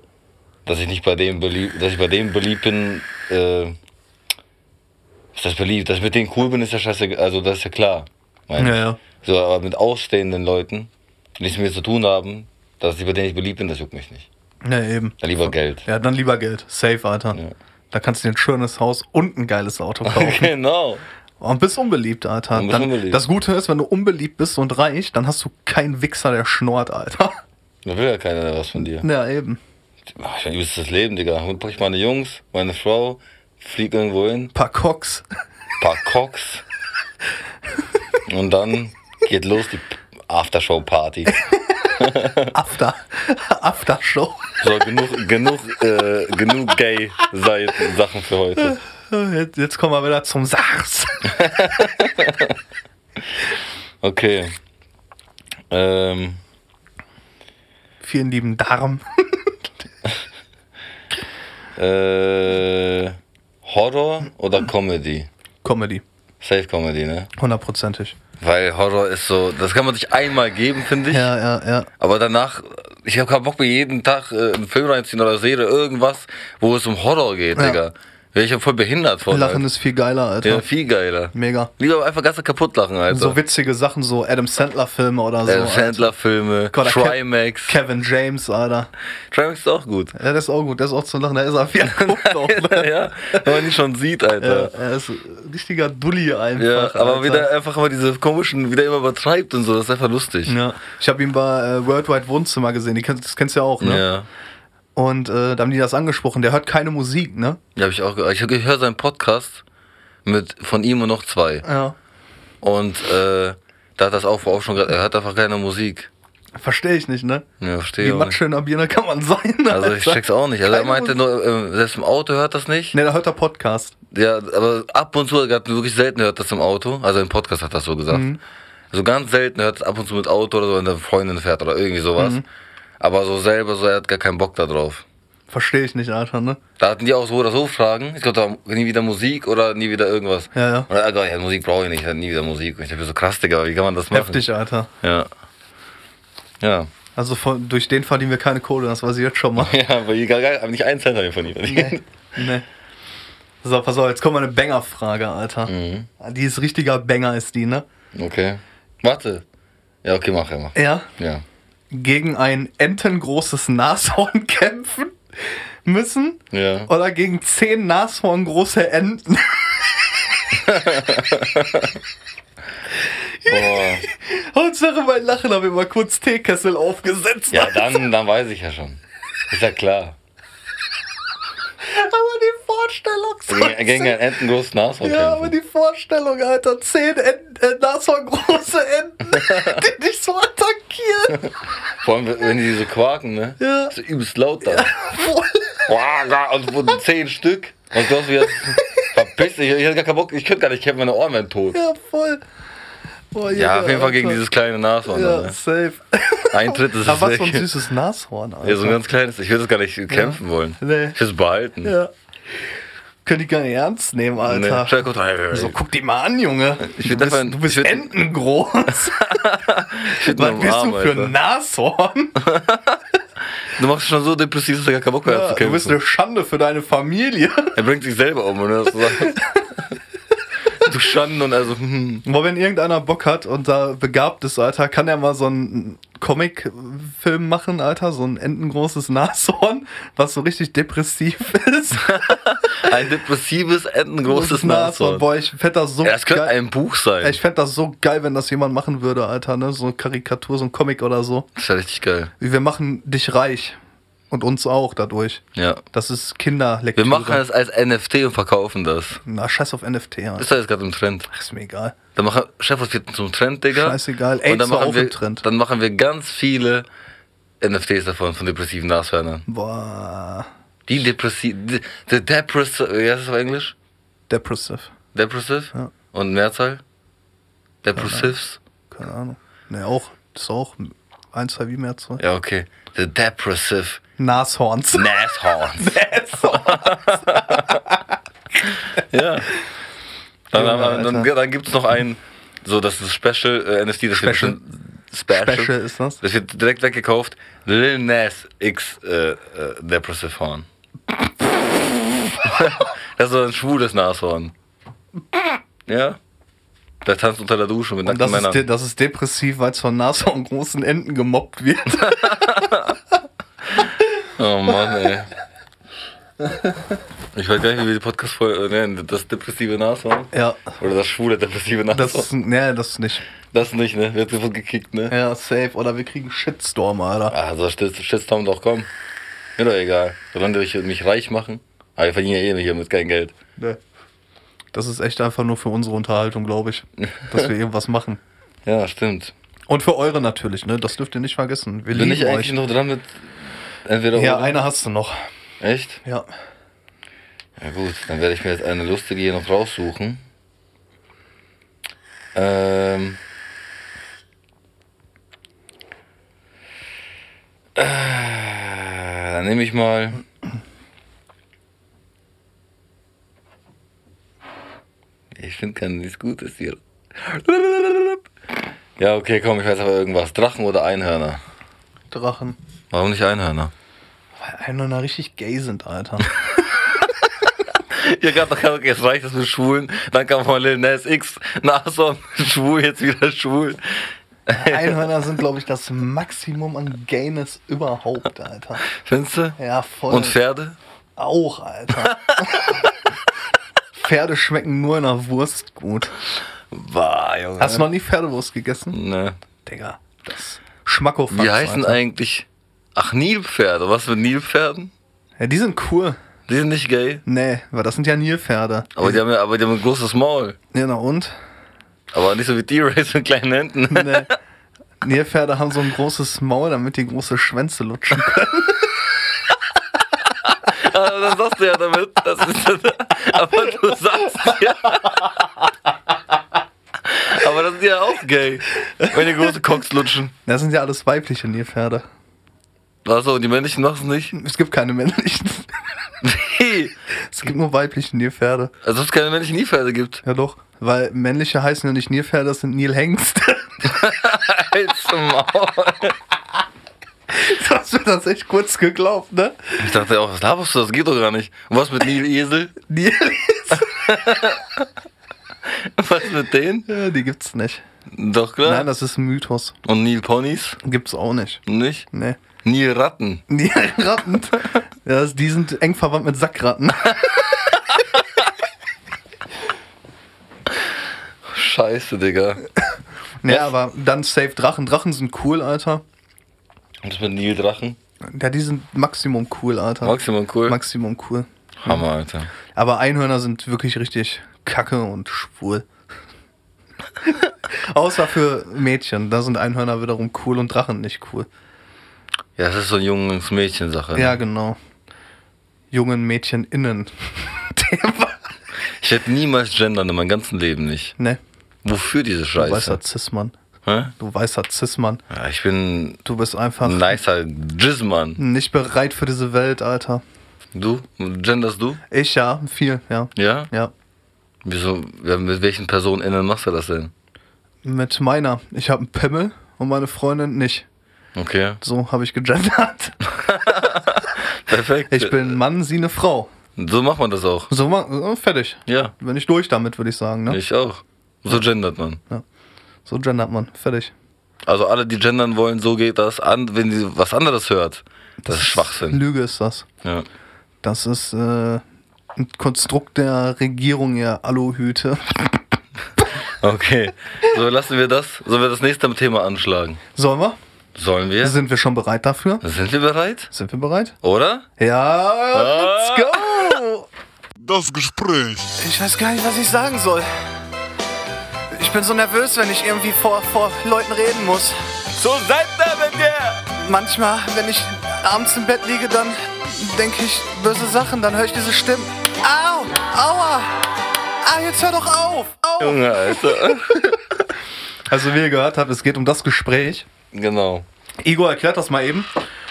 Speaker 1: dass ich nicht bei dem beliebt, dass ich bei dem beliebt bin, äh, ist das beliebt. Dass ich mit denen cool bin, ist ja scheiße, also das ist ja klar. meine
Speaker 2: Ja,
Speaker 1: ich.
Speaker 2: ja.
Speaker 1: So, aber mit ausstehenden Leuten, die nichts mit mir zu tun haben, dass ich bei denen ich beliebt bin, das juckt mich nicht.
Speaker 2: Ne, eben.
Speaker 1: Dann lieber Geld.
Speaker 2: Ja, dann lieber Geld. Safe, Alter.
Speaker 1: Ja.
Speaker 2: Da kannst du dir ein schönes Haus und ein geiles Auto kaufen.
Speaker 1: genau.
Speaker 2: Und bist unbeliebt, Alter.
Speaker 1: Und bist
Speaker 2: Dann,
Speaker 1: unbeliebt.
Speaker 2: Das Gute ist, wenn du unbeliebt bist und reich, dann hast du keinen Wichser, der schnort, Alter.
Speaker 1: Da will ja keiner was von dir.
Speaker 2: Ja, eben.
Speaker 1: Ach, ich mein übelstes Leben, Digga. Und pack ich meine Jungs, meine Frau, flieg irgendwo hin,
Speaker 2: Paar Cox.
Speaker 1: paar Cox. und dann geht los die Aftershow-Party.
Speaker 2: After. Aftershow.
Speaker 1: So, genug, genug, äh, genug Gay-Sachen für heute.
Speaker 2: Jetzt, jetzt kommen wir wieder zum SARS.
Speaker 1: Okay. Ähm,
Speaker 2: Vielen lieben Darm.
Speaker 1: äh, Horror oder Comedy?
Speaker 2: Comedy.
Speaker 1: Safe Comedy, ne?
Speaker 2: Hundertprozentig.
Speaker 1: Weil Horror ist so, das kann man sich einmal geben, finde ich.
Speaker 2: Ja, ja, ja.
Speaker 1: Aber danach, ich habe keinen Bock mir jeden Tag äh, einen Film reinziehen oder Serie, irgendwas, wo es um Horror geht,
Speaker 2: Ja.
Speaker 1: Digga. Wäre ich ja voll behindert von.
Speaker 2: Lachen
Speaker 1: Alter.
Speaker 2: ist viel geiler, Alter.
Speaker 1: Oh, ja, viel geiler.
Speaker 2: Mega.
Speaker 1: Lieber einfach ganz kaputt lachen, Alter.
Speaker 2: So witzige Sachen, so Adam Sandler-Filme oder so.
Speaker 1: Adam Sandler-Filme,
Speaker 2: Alter. Oder Kev-
Speaker 1: Trimax.
Speaker 2: Kevin James, Alter.
Speaker 1: Trimax ist auch gut.
Speaker 2: Ja, das ist auch gut, das ist auch zu lachen. Da ist er viel guckt auch, ne?
Speaker 1: ja, wenn man ihn schon sieht,
Speaker 2: ja,
Speaker 1: Alter.
Speaker 2: Er ist ein richtiger Dulli einfach.
Speaker 1: Ja, aber
Speaker 2: Alter.
Speaker 1: wieder einfach immer diese komischen, wieder immer übertreibt und so, das ist einfach lustig.
Speaker 2: Ja. Ich habe ihn bei äh, Worldwide Wohnzimmer gesehen, Die kennst, das kennst du ja auch, ne?
Speaker 1: Ja.
Speaker 2: Und äh, da haben die das angesprochen. Der hört keine Musik, ne?
Speaker 1: Ja, hab ich auch ge- Ich höre seinen Podcast mit von ihm und noch zwei.
Speaker 2: Ja.
Speaker 1: Und äh, da hat das auch, auch schon gesagt, er hört einfach keine Musik.
Speaker 2: Verstehe ich nicht, ne?
Speaker 1: Ja,
Speaker 2: Wie
Speaker 1: verstehe. auch nicht.
Speaker 2: matschöner Birne kann man sein?
Speaker 1: Also ich
Speaker 2: Alter?
Speaker 1: check's auch nicht. Also er
Speaker 2: Keine
Speaker 1: meinte nur, äh, selbst im Auto hört das nicht.
Speaker 2: Ne, da hört er Podcast.
Speaker 1: Ja, aber ab und zu, er hat wirklich selten hört das im Auto. Also im Podcast hat das so gesagt.
Speaker 2: Mhm.
Speaker 1: Also ganz selten hört es ab und zu mit Auto oder so, wenn eine Freundin fährt oder irgendwie sowas.
Speaker 2: Mhm.
Speaker 1: Aber so selber, so er hat gar keinen Bock da drauf.
Speaker 2: Verstehe ich nicht, Alter, ne?
Speaker 1: Da hatten die auch so oder so Fragen. Ich glaube, da nie wieder Musik oder nie wieder irgendwas.
Speaker 2: Ja, ja.
Speaker 1: Und er hat gesagt, ja, Musik brauche ich nicht, er hat nie wieder Musik. Und ich dachte mir so krass, Digga, wie kann man das machen?
Speaker 2: Heftig, Alter.
Speaker 1: Ja. Ja.
Speaker 2: Also von, durch den verdienen wir keine Kohle, das weiß ich jetzt schon mal.
Speaker 1: Ja, aber egal, aber nicht einen Cent habe ich von ihm. verdient.
Speaker 2: Nee. nee. So, pass auf, jetzt kommt mal eine Banger-Frage, Alter.
Speaker 1: Mhm.
Speaker 2: Die ist richtiger Banger, ist die, ne?
Speaker 1: Okay. Warte. Ja, okay, mach ja, mach.
Speaker 2: Ja.
Speaker 1: Ja.
Speaker 2: Gegen ein entengroßes Nashorn kämpfen müssen
Speaker 1: Ja.
Speaker 2: oder gegen zehn Nashorn große Enten.
Speaker 1: Boah.
Speaker 2: Hauptsache mein Lachen habe ich mal kurz Teekessel aufgesetzt.
Speaker 1: Ja, dann, dann weiß ich ja schon. Ist ja klar.
Speaker 2: Aber die Vorstellung so
Speaker 1: Gegen gegen
Speaker 2: zehn-
Speaker 1: einen entengroßen Nashorn
Speaker 2: Ja, aber
Speaker 1: kämpfen.
Speaker 2: die Vorstellung, Alter. Zehn Enten, äh, Nashorn-große Enten, die dich so attackieren.
Speaker 1: Vor allem, wenn die so quaken, ne?
Speaker 2: Ja.
Speaker 1: Ist übelst laut da. Boah, gar- Und wurden zehn Stück. Und du hast wieder. Verpiss dich, ich hätte gar keinen Bock, ich könnte gar nicht kämpfen, meine Ohren wären tot.
Speaker 2: Ja, voll. Boah,
Speaker 1: Ja, auf jeden Fall gegen
Speaker 2: Alter.
Speaker 1: dieses kleine Nashorn. da,
Speaker 2: Ja,
Speaker 1: ne?
Speaker 2: safe.
Speaker 1: Eintritt ist
Speaker 2: Aber was
Speaker 1: es
Speaker 2: für ein
Speaker 1: nicht.
Speaker 2: süßes Nashorn, Alter.
Speaker 1: Ja, so ein ganz kleines. Ich würde es gar nicht kämpfen wollen.
Speaker 2: Nee.
Speaker 1: Ich will es behalten.
Speaker 2: ja. Könnt ihr gar nicht ernst nehmen,
Speaker 1: Nee.
Speaker 2: Alter.
Speaker 1: Stell dir kurz- Ey,
Speaker 2: So, guck die mal an, Junge.
Speaker 1: Ich
Speaker 2: du
Speaker 1: würd
Speaker 2: bist,
Speaker 1: einfach-
Speaker 2: du bist
Speaker 1: ich würd-
Speaker 2: entengroß.
Speaker 1: würd
Speaker 2: Was
Speaker 1: nur
Speaker 2: bist
Speaker 1: umarmen,
Speaker 2: du für
Speaker 1: Alter.
Speaker 2: ein Nashorn?
Speaker 1: Du machst schon so depressiv, dass du gar keinen Bock mehr hast zu
Speaker 2: du bist
Speaker 1: kämpfen.
Speaker 2: eine Schande für deine Familie.
Speaker 1: Er bringt sich selber um, wenn du das so sagst. Du Schanden und also, hm.
Speaker 2: Aber wenn irgendeiner Bock hat und da begabt ist, Alter, kann er mal so einen Comic-Film machen, Alter, so ein entengroßes Nashorn, was so richtig depressiv ist.
Speaker 1: Ein depressives, entengroßes Nashorn.
Speaker 2: Boah, ich fänd das so
Speaker 1: Ja, es könnte
Speaker 2: geil.
Speaker 1: ein Buch sein.
Speaker 2: Ich fänd das so geil, wenn das jemand machen würde, Alter, ne? So eine Karikatur, so ein Comic oder so.
Speaker 1: Das ist ja richtig geil.
Speaker 2: Wie wir machen dich reich. Und uns auch dadurch.
Speaker 1: Ja.
Speaker 2: Das ist Kinderlektüre.
Speaker 1: Wir machen es als NFT und verkaufen das.
Speaker 2: Na, scheiß auf NFT, Alter.
Speaker 1: Ist doch jetzt gerade im Trend.
Speaker 2: Ist mir egal.
Speaker 1: Dann machen Chef, was wird denn zum Trend, Digga?
Speaker 2: Scheißegal. Aids
Speaker 1: und dann
Speaker 2: war
Speaker 1: machen
Speaker 2: auch
Speaker 1: wir,
Speaker 2: im Trend.
Speaker 1: Dann machen wir ganz viele NFTs davon, von depressiven Nashörnern.
Speaker 2: Boah.
Speaker 1: Die depressiv. Die, die depressive. Wie heißt das auf Englisch?
Speaker 2: Depressive.
Speaker 1: Depressive?
Speaker 2: Ja.
Speaker 1: Und Mehrzahl? Depressives?
Speaker 2: Keine Ahnung. Ne, auch. Das ist auch ein, zwei wie mehr, zwei.
Speaker 1: Ja, okay. The Depressive
Speaker 2: Nashorns.
Speaker 1: Hm. Nashorns.
Speaker 2: Nashorn.
Speaker 1: ja. Dann,
Speaker 2: Junge,
Speaker 1: haben wir- dann,
Speaker 2: Alter.
Speaker 1: dann gibt es noch einen. So, das ist Special äh, NFT. Das wird
Speaker 2: Special.
Speaker 1: schon- Special.
Speaker 2: Special ist das.
Speaker 1: Das wird direkt weggekauft. Lil Nas X äh, äh, Depressive Horn. das ist so ein schwules Nashorn. Ja? Der tanzt unter der Dusche mit
Speaker 2: Und
Speaker 1: nackten
Speaker 2: das ist, de
Speaker 1: Männern.
Speaker 2: das ist depressiv, weil es von Nashorn großen Enten gemobbt wird.
Speaker 1: Oh Mann, ey. Ich weiß gar nicht, wie wir die Podcast-Folge nennen. Das depressive Nashorn?
Speaker 2: ja.
Speaker 1: Oder das schwule depressive Nashorn?
Speaker 2: Das ist, ne, das nicht.
Speaker 1: Das nicht, ne? Wird sofort gekickt, ne?
Speaker 2: Ja, safe. Oder wir kriegen Shitstorm, Alter.
Speaker 1: Ah, so Shit- Shitstorm doch kommen. Mir doch egal. Solange ich mich reich machen. Aber ich verdiene ja eh hier mit kein Geld.
Speaker 2: Ne. Das ist echt einfach nur für unsere Unterhaltung, glaube ich. Dass wir irgendwas machen.
Speaker 1: Ja, stimmt.
Speaker 2: Und für eure natürlich, ne? Das dürft ihr nicht vergessen. Wir
Speaker 1: Bin ich
Speaker 2: lieben
Speaker 1: eigentlich
Speaker 2: euch.
Speaker 1: noch dran mit. Entweder
Speaker 2: Ja,
Speaker 1: oder?
Speaker 2: eine hast du noch.
Speaker 1: Echt?
Speaker 2: Ja.
Speaker 1: Ja, gut. Dann werde ich mir jetzt eine lustige hier noch raussuchen. Ähm. Äh, Dann nehme ich mal. Ich finde kein nichts Gutes hier. Ja, okay, komm, ich weiß aber irgendwas. Drachen oder Einhörner?
Speaker 2: Drachen.
Speaker 1: Warum nicht Einhörner?
Speaker 2: Weil Einhörner richtig gay sind, Alter.
Speaker 1: Ihr habt doch gesagt, jetzt reicht das mit Schwulen. Dann kam von Lil Nas X, Nashorn, schwul, jetzt wieder schwul.
Speaker 2: Einhörner sind, glaube ich, das Maximum an Gayness überhaupt, Alter.
Speaker 1: Findest du?
Speaker 2: Ja, voll.
Speaker 1: Und Pferde?
Speaker 2: auch, Alter. Pferde schmecken nur in der Wurst gut.
Speaker 1: Bah, Junge.
Speaker 2: Hast du noch nie Pferdewurst gegessen?
Speaker 1: ne.
Speaker 2: Digga, das Schmackofax.
Speaker 1: Wie heißen
Speaker 2: Alter.
Speaker 1: eigentlich... Ach, Nilpferde. Was mit Nilpferden?
Speaker 2: Ja, die sind cool.
Speaker 1: Die sind nicht gay.
Speaker 2: Nee, weil das sind ja Nilpferde.
Speaker 1: Aber die haben, ja, aber die haben ein großes Maul.
Speaker 2: Ja, na und?
Speaker 1: Aber nicht so wie T-Rex mit kleinen Händen.
Speaker 2: Nee. Nilpferde haben so ein großes Maul, damit die große Schwänze lutschen können.
Speaker 1: aber das sagst du ja damit. Das ist, aber du sagst ja... Aber das ist ja auch gay. Wenn die große Cocks lutschen.
Speaker 2: Das sind ja alles weibliche Nilpferde.
Speaker 1: Achso, und die männlichen machen's nicht?
Speaker 2: Es gibt keine männlichen.
Speaker 1: Hey,
Speaker 2: Es gibt nur weibliche Nilpferde.
Speaker 1: also dass es keine männlichen Nilpferde gibt.
Speaker 2: Ja doch, weil männliche heißen ja nicht Nilpferde, das sind Nilhengste.
Speaker 1: Halt's Halt Maul.
Speaker 2: Hast du das echt kurz geglaubt, ne?
Speaker 1: Ich dachte auch, was laberst du, das geht doch gar nicht. Und was mit Nilesel?
Speaker 2: Nil
Speaker 1: Was mit denen?
Speaker 2: ja, die gibt's nicht.
Speaker 1: Doch klar.
Speaker 2: Nein, das ist ein Mythos.
Speaker 1: Und Nilponys?
Speaker 2: Gibt's auch nicht.
Speaker 1: Nicht?
Speaker 2: Ne.
Speaker 1: Nilratten.
Speaker 2: Nilratten. Ja, das- die sind eng verwandt mit Sackratten.
Speaker 1: Scheiße, Digga.
Speaker 2: Ne, aber dann safe Drachen. Drachen sind cool, Alter.
Speaker 1: Und das mit Nildrachen?
Speaker 2: Ja, die sind maximum cool, Alter.
Speaker 1: Maximum cool.
Speaker 2: Maximum cool.
Speaker 1: Hammer, Alter.
Speaker 2: Aber Einhörner sind wirklich richtig kacke und schwul. Außer für Mädchen. Da sind Einhörner wiederum cool und Drachen nicht cool.
Speaker 1: Ja, das ist so ne? eine junges Mädchen-Sache.
Speaker 2: Ja, genau. Jungen Mädchen innen. Der war-
Speaker 1: Ich hätte niemals gendern in meinem ganzen Leben nicht.
Speaker 2: ne.
Speaker 1: Wofür diese
Speaker 2: Du weißer
Speaker 1: Scheiße?
Speaker 2: Zismann.
Speaker 1: Hä?
Speaker 2: Du weißer Zismann.
Speaker 1: Ja, ich bin
Speaker 2: Du bist einfach
Speaker 1: ein nicer Jizzmann.
Speaker 2: nicht bereit für diese Welt, Alter.
Speaker 1: Du? Genders du?
Speaker 2: Ich ja, viel, ja.
Speaker 1: Ja?
Speaker 2: Ja.
Speaker 1: Wieso? Ja, mit welchen PersonenInnen machst du das denn?
Speaker 2: Mit meiner. Ich habe einen Pimmel und meine Freundin nicht.
Speaker 1: Okay.
Speaker 2: So habe ich gegendert.
Speaker 1: Perfekt.
Speaker 2: Ich bin ein Mann, sie eine Frau.
Speaker 1: So macht man das auch.
Speaker 2: So, ma- so fertig.
Speaker 1: Ja.
Speaker 2: Bin ich durch damit, würde ich sagen. Ne?
Speaker 1: Ich auch. So gendert man.
Speaker 2: So gendert man. Fertig.
Speaker 1: Also alle, die gendern wollen, so geht das an, wenn die was anderes hört. Das ist Schwachsinn.
Speaker 2: Lüge ist das.
Speaker 1: Ja.
Speaker 2: Das ist äh, ein Konstrukt der Regierung, ihr Aluhüte.
Speaker 1: Okay. So lassen wir das. Sollen wir das nächste Thema anschlagen?
Speaker 2: Sollen wir?
Speaker 1: Sollen wir?
Speaker 2: Sind wir schon bereit dafür?
Speaker 1: Sind wir bereit?
Speaker 2: Sind wir bereit?
Speaker 1: Oder?
Speaker 2: Ja,
Speaker 1: Ah.
Speaker 2: let's go!
Speaker 4: Das Gespräch.
Speaker 2: Ich weiß gar nicht, was ich sagen soll. Ich bin so nervös, wenn ich irgendwie vor, vor Leuten reden muss.
Speaker 1: So seid da mit dir!
Speaker 2: Manchmal, wenn ich abends im Bett liege, dann denke ich böse Sachen, dann höre ich diese Stimmen. Au! Aua! Ah, jetzt hör doch auf! Au.
Speaker 1: Junge, Alter.
Speaker 2: Also wie ihr gehört habt, es geht um das Gespräch.
Speaker 1: genau.
Speaker 2: Igor erklärt das mal eben.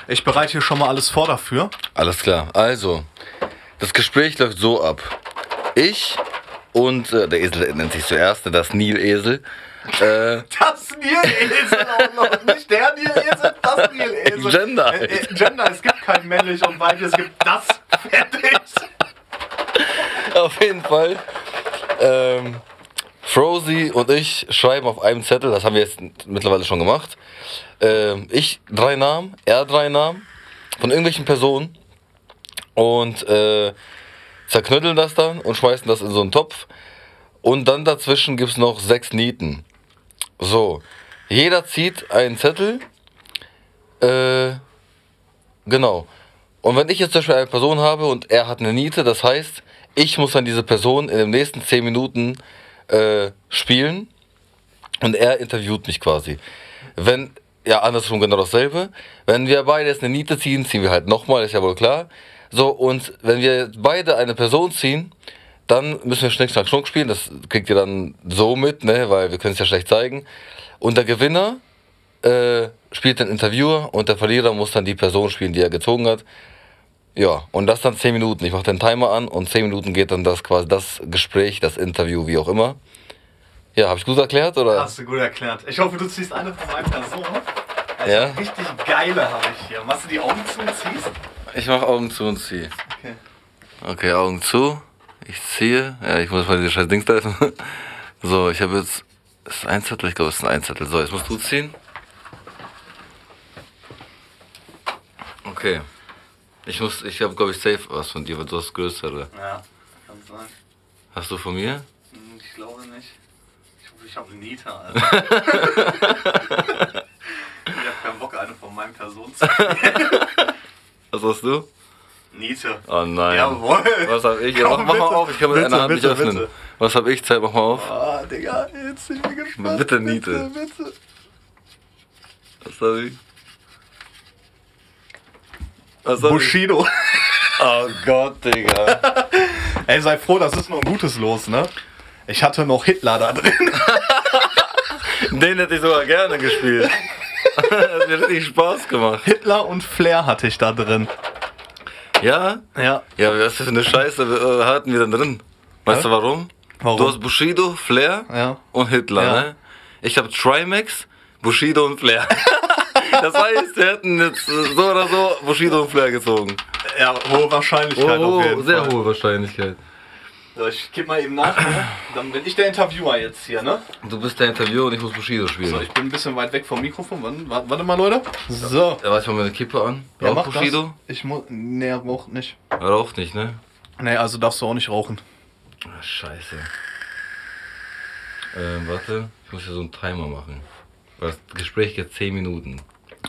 Speaker 2: Ich bereite hier schon mal alles vor dafür.
Speaker 1: Alles klar. Also, das Gespräch läuft so ab. Ich und äh, der Esel nennt sich zuerst, ne, das Nilesel. Äh,
Speaker 2: Das Nilesel auch noch. Nicht der Nilesel, das Nilesel.
Speaker 1: Gender.
Speaker 2: Äh, äh, Gender, es gibt kein männlich und weiblich, es gibt das. Fertig.
Speaker 1: auf jeden Fall. Ähm, Frozy und ich schreiben auf einem Zettel, das haben wir jetzt mittlerweile schon gemacht. Ähm, ich drei Namen, er drei Namen von irgendwelchen Personen und äh, zerknütteln das dann und schmeißen das in so einen Topf. Und dann dazwischen gibt es noch sechs Nieten. So, jeder zieht einen Zettel. Äh, Genau. Und wenn ich jetzt zum Beispiel eine Person habe und er hat eine Niete, das heißt, ich muss dann diese Person in den nächsten 10 Minuten äh, spielen und er interviewt mich quasi. Wenn, ja, andersrum genau dasselbe. Wenn wir beide jetzt eine Niete ziehen, ziehen wir halt nochmal, ist ja wohl klar. So, und wenn wir beide eine Person ziehen, dann müssen wir Schnick, Schnack, Schnuck spielen. Das kriegt ihr dann so mit, ne, weil wir können es ja schlecht zeigen. Und der Gewinner äh, spielt den Interviewer und der Verlierer muss dann die Person spielen, die er gezogen hat. Ja, und das dann 10 Minuten. Ich mache den Timer an und 10 Minuten geht dann das quasi das Gespräch, das Interview, wie auch immer. Ja, habe ich gut erklärt oder?
Speaker 2: Hast du gut erklärt. Ich hoffe, du ziehst eine von meinen Person. Also
Speaker 1: Ja.
Speaker 2: Richtig geile habe ich hier. Machst du die Augen zu und ziehst?
Speaker 1: Ich mach Augen zu und ziehe.
Speaker 2: Okay.
Speaker 1: Okay, Augen zu. Ich ziehe. Ja, ich muss mal diese scheiß Dings treffen. So, ich habe jetzt. Ist es ein Zettel? Ich glaube, es ist ein Einzettel. So, jetzt musst du ziehen. Okay. Ich muss. Ich habe, glaube ich, safe was von dir, weil du hast größere.
Speaker 2: Ja, kann sein. Hm,
Speaker 1: Hast du von mir?
Speaker 2: Ich glaube nicht. Ich hoffe, ich habe Nita, Alter. ich habe keinen Bock, eine von meinen Personen zu
Speaker 1: Was hast du?
Speaker 2: Nita.
Speaker 1: Oh nein. Oh.
Speaker 2: Jawohl.
Speaker 1: Was hab ich? Ja, mach,
Speaker 2: Komm,
Speaker 1: mach mal
Speaker 2: bitte.
Speaker 1: auf, ich kann mit
Speaker 2: Bitte,
Speaker 1: einer Hand nicht
Speaker 2: bitte,
Speaker 1: öffnen.
Speaker 2: bitte.
Speaker 1: Was hab ich? Zeig, mach mal auf.
Speaker 2: Ah, Digga, jetzt bin ich mir gespannt.
Speaker 1: Bitte, Niete.
Speaker 2: Bitte, bitte.
Speaker 1: Was hab ich? Was hab ich?
Speaker 2: Bushido.
Speaker 1: Oh Gott, Digga.
Speaker 2: Ey, sei froh, das ist nur ein gutes Los, ne? Ich hatte noch Hitler da drin.
Speaker 1: Den hätte ich sogar gerne gespielt. Hat mir richtig Spaß gemacht.
Speaker 2: Hitler und Flair hatte ich da drin.
Speaker 1: Ja?
Speaker 2: Ja.
Speaker 1: Ja, was für eine Scheiße äh, hatten wir denn drin? Weißt du warum?
Speaker 2: Warum?
Speaker 1: Du hast Bushido, Flair
Speaker 2: Ja.
Speaker 1: und Hitler,
Speaker 2: Ja.
Speaker 1: ne? Ich habe Trimax, Bushido und Flair. das heißt, wir hätten jetzt äh, so oder so Bushido und Flair gezogen. Oh,
Speaker 2: Ja, hohe Wahrscheinlichkeit auf jeden Fall.
Speaker 1: hohe Wahrscheinlichkeit.
Speaker 2: So, ich geb mal eben nach, ne? Dann bin ich der Interviewer jetzt hier, ne?
Speaker 1: Du bist der Interviewer und ich muss Bushido spielen.
Speaker 2: So, ich bin ein bisschen weit weg vom Mikrofon. Warte, wa- warte mal, Leute. So.
Speaker 1: Da weiß Äh, ich mal meine Kippe an.
Speaker 2: Wer
Speaker 1: Raucht
Speaker 2: macht das?
Speaker 1: Bushido?
Speaker 2: Ich muss. Nee, er raucht nicht.
Speaker 1: Er Raucht nicht, ne?
Speaker 2: Nee, also darfst du auch nicht rauchen.
Speaker 1: Ah, scheiße. Ähm, warte, ich muss hier so einen Timer machen. Weil Das Gespräch geht 10 Minuten.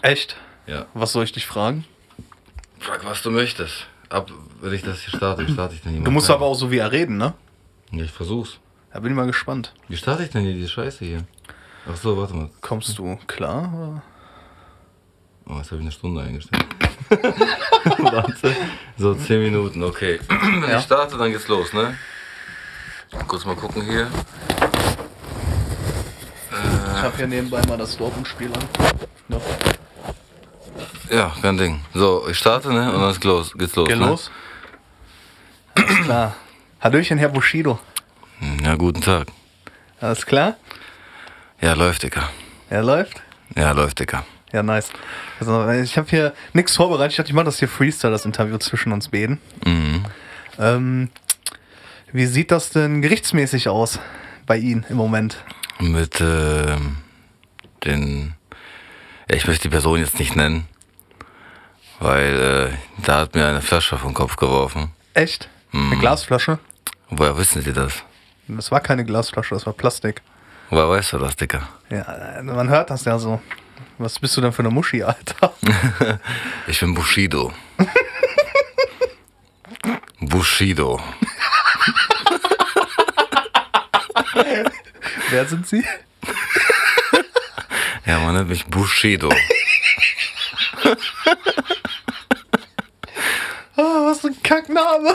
Speaker 2: Echt?
Speaker 1: Ja.
Speaker 2: Was soll ich dich fragen?
Speaker 1: Frag, was du möchtest. Ab, wenn ich das hier starte, wie starte ich denn hier?
Speaker 2: Du musst aber auch so wie er reden, ne?
Speaker 1: Ja, ich versuch's.
Speaker 2: Da bin ich mal gespannt.
Speaker 1: Wie starte ich denn hier diese Scheiße hier? Ach so, warte mal.
Speaker 2: Kommst du klar?
Speaker 1: Oh, jetzt habe ich eine Stunde eingestellt. So, 10 Minuten, okay. Wenn
Speaker 2: Ja.
Speaker 1: ich starte, dann geht's los, ne? Kurz mal gucken hier.
Speaker 2: habe hier nebenbei mal das Dortmund-Spiel an. Ne? Ja.
Speaker 1: Ja, kein Ding. So, ich starte, ne? Und dann ist los, geht's los.
Speaker 2: Geh
Speaker 1: ne?
Speaker 2: los. Alles klar. Hallöchen, Herr Bushido.
Speaker 1: Hm, Ja, guten Tag.
Speaker 2: Alles klar?
Speaker 1: Ja, läuft, Dicker.
Speaker 2: Er läuft?
Speaker 1: Ja, läuft, Dicker.
Speaker 2: Ja, nice. Also, ich habe hier nichts vorbereitet. Ich dachte, ich mache das hier Freestyle, das Interview zwischen uns beiden. Ähm, wie sieht das denn gerichtsmäßig aus bei Ihnen im Moment?
Speaker 1: Mit ähm, den. Ja, ich möchte die Person jetzt nicht nennen, weil äh, da hat mir eine Flasche auf den Kopf geworfen.
Speaker 2: Echt? Eine Glasflasche?
Speaker 1: Woher wissen Sie das?
Speaker 2: Das war keine Glasflasche, das war Plastik.
Speaker 1: Woher weißt du das, Dicker?
Speaker 2: Ja, man hört das ja so. Was bist du denn für eine Muschi, Alter?
Speaker 1: Ich bin Bushido. Bushido.
Speaker 2: Wer sind Sie?
Speaker 1: Ja, man nennt mich Bushido.
Speaker 2: Ah, was für ein Kackname.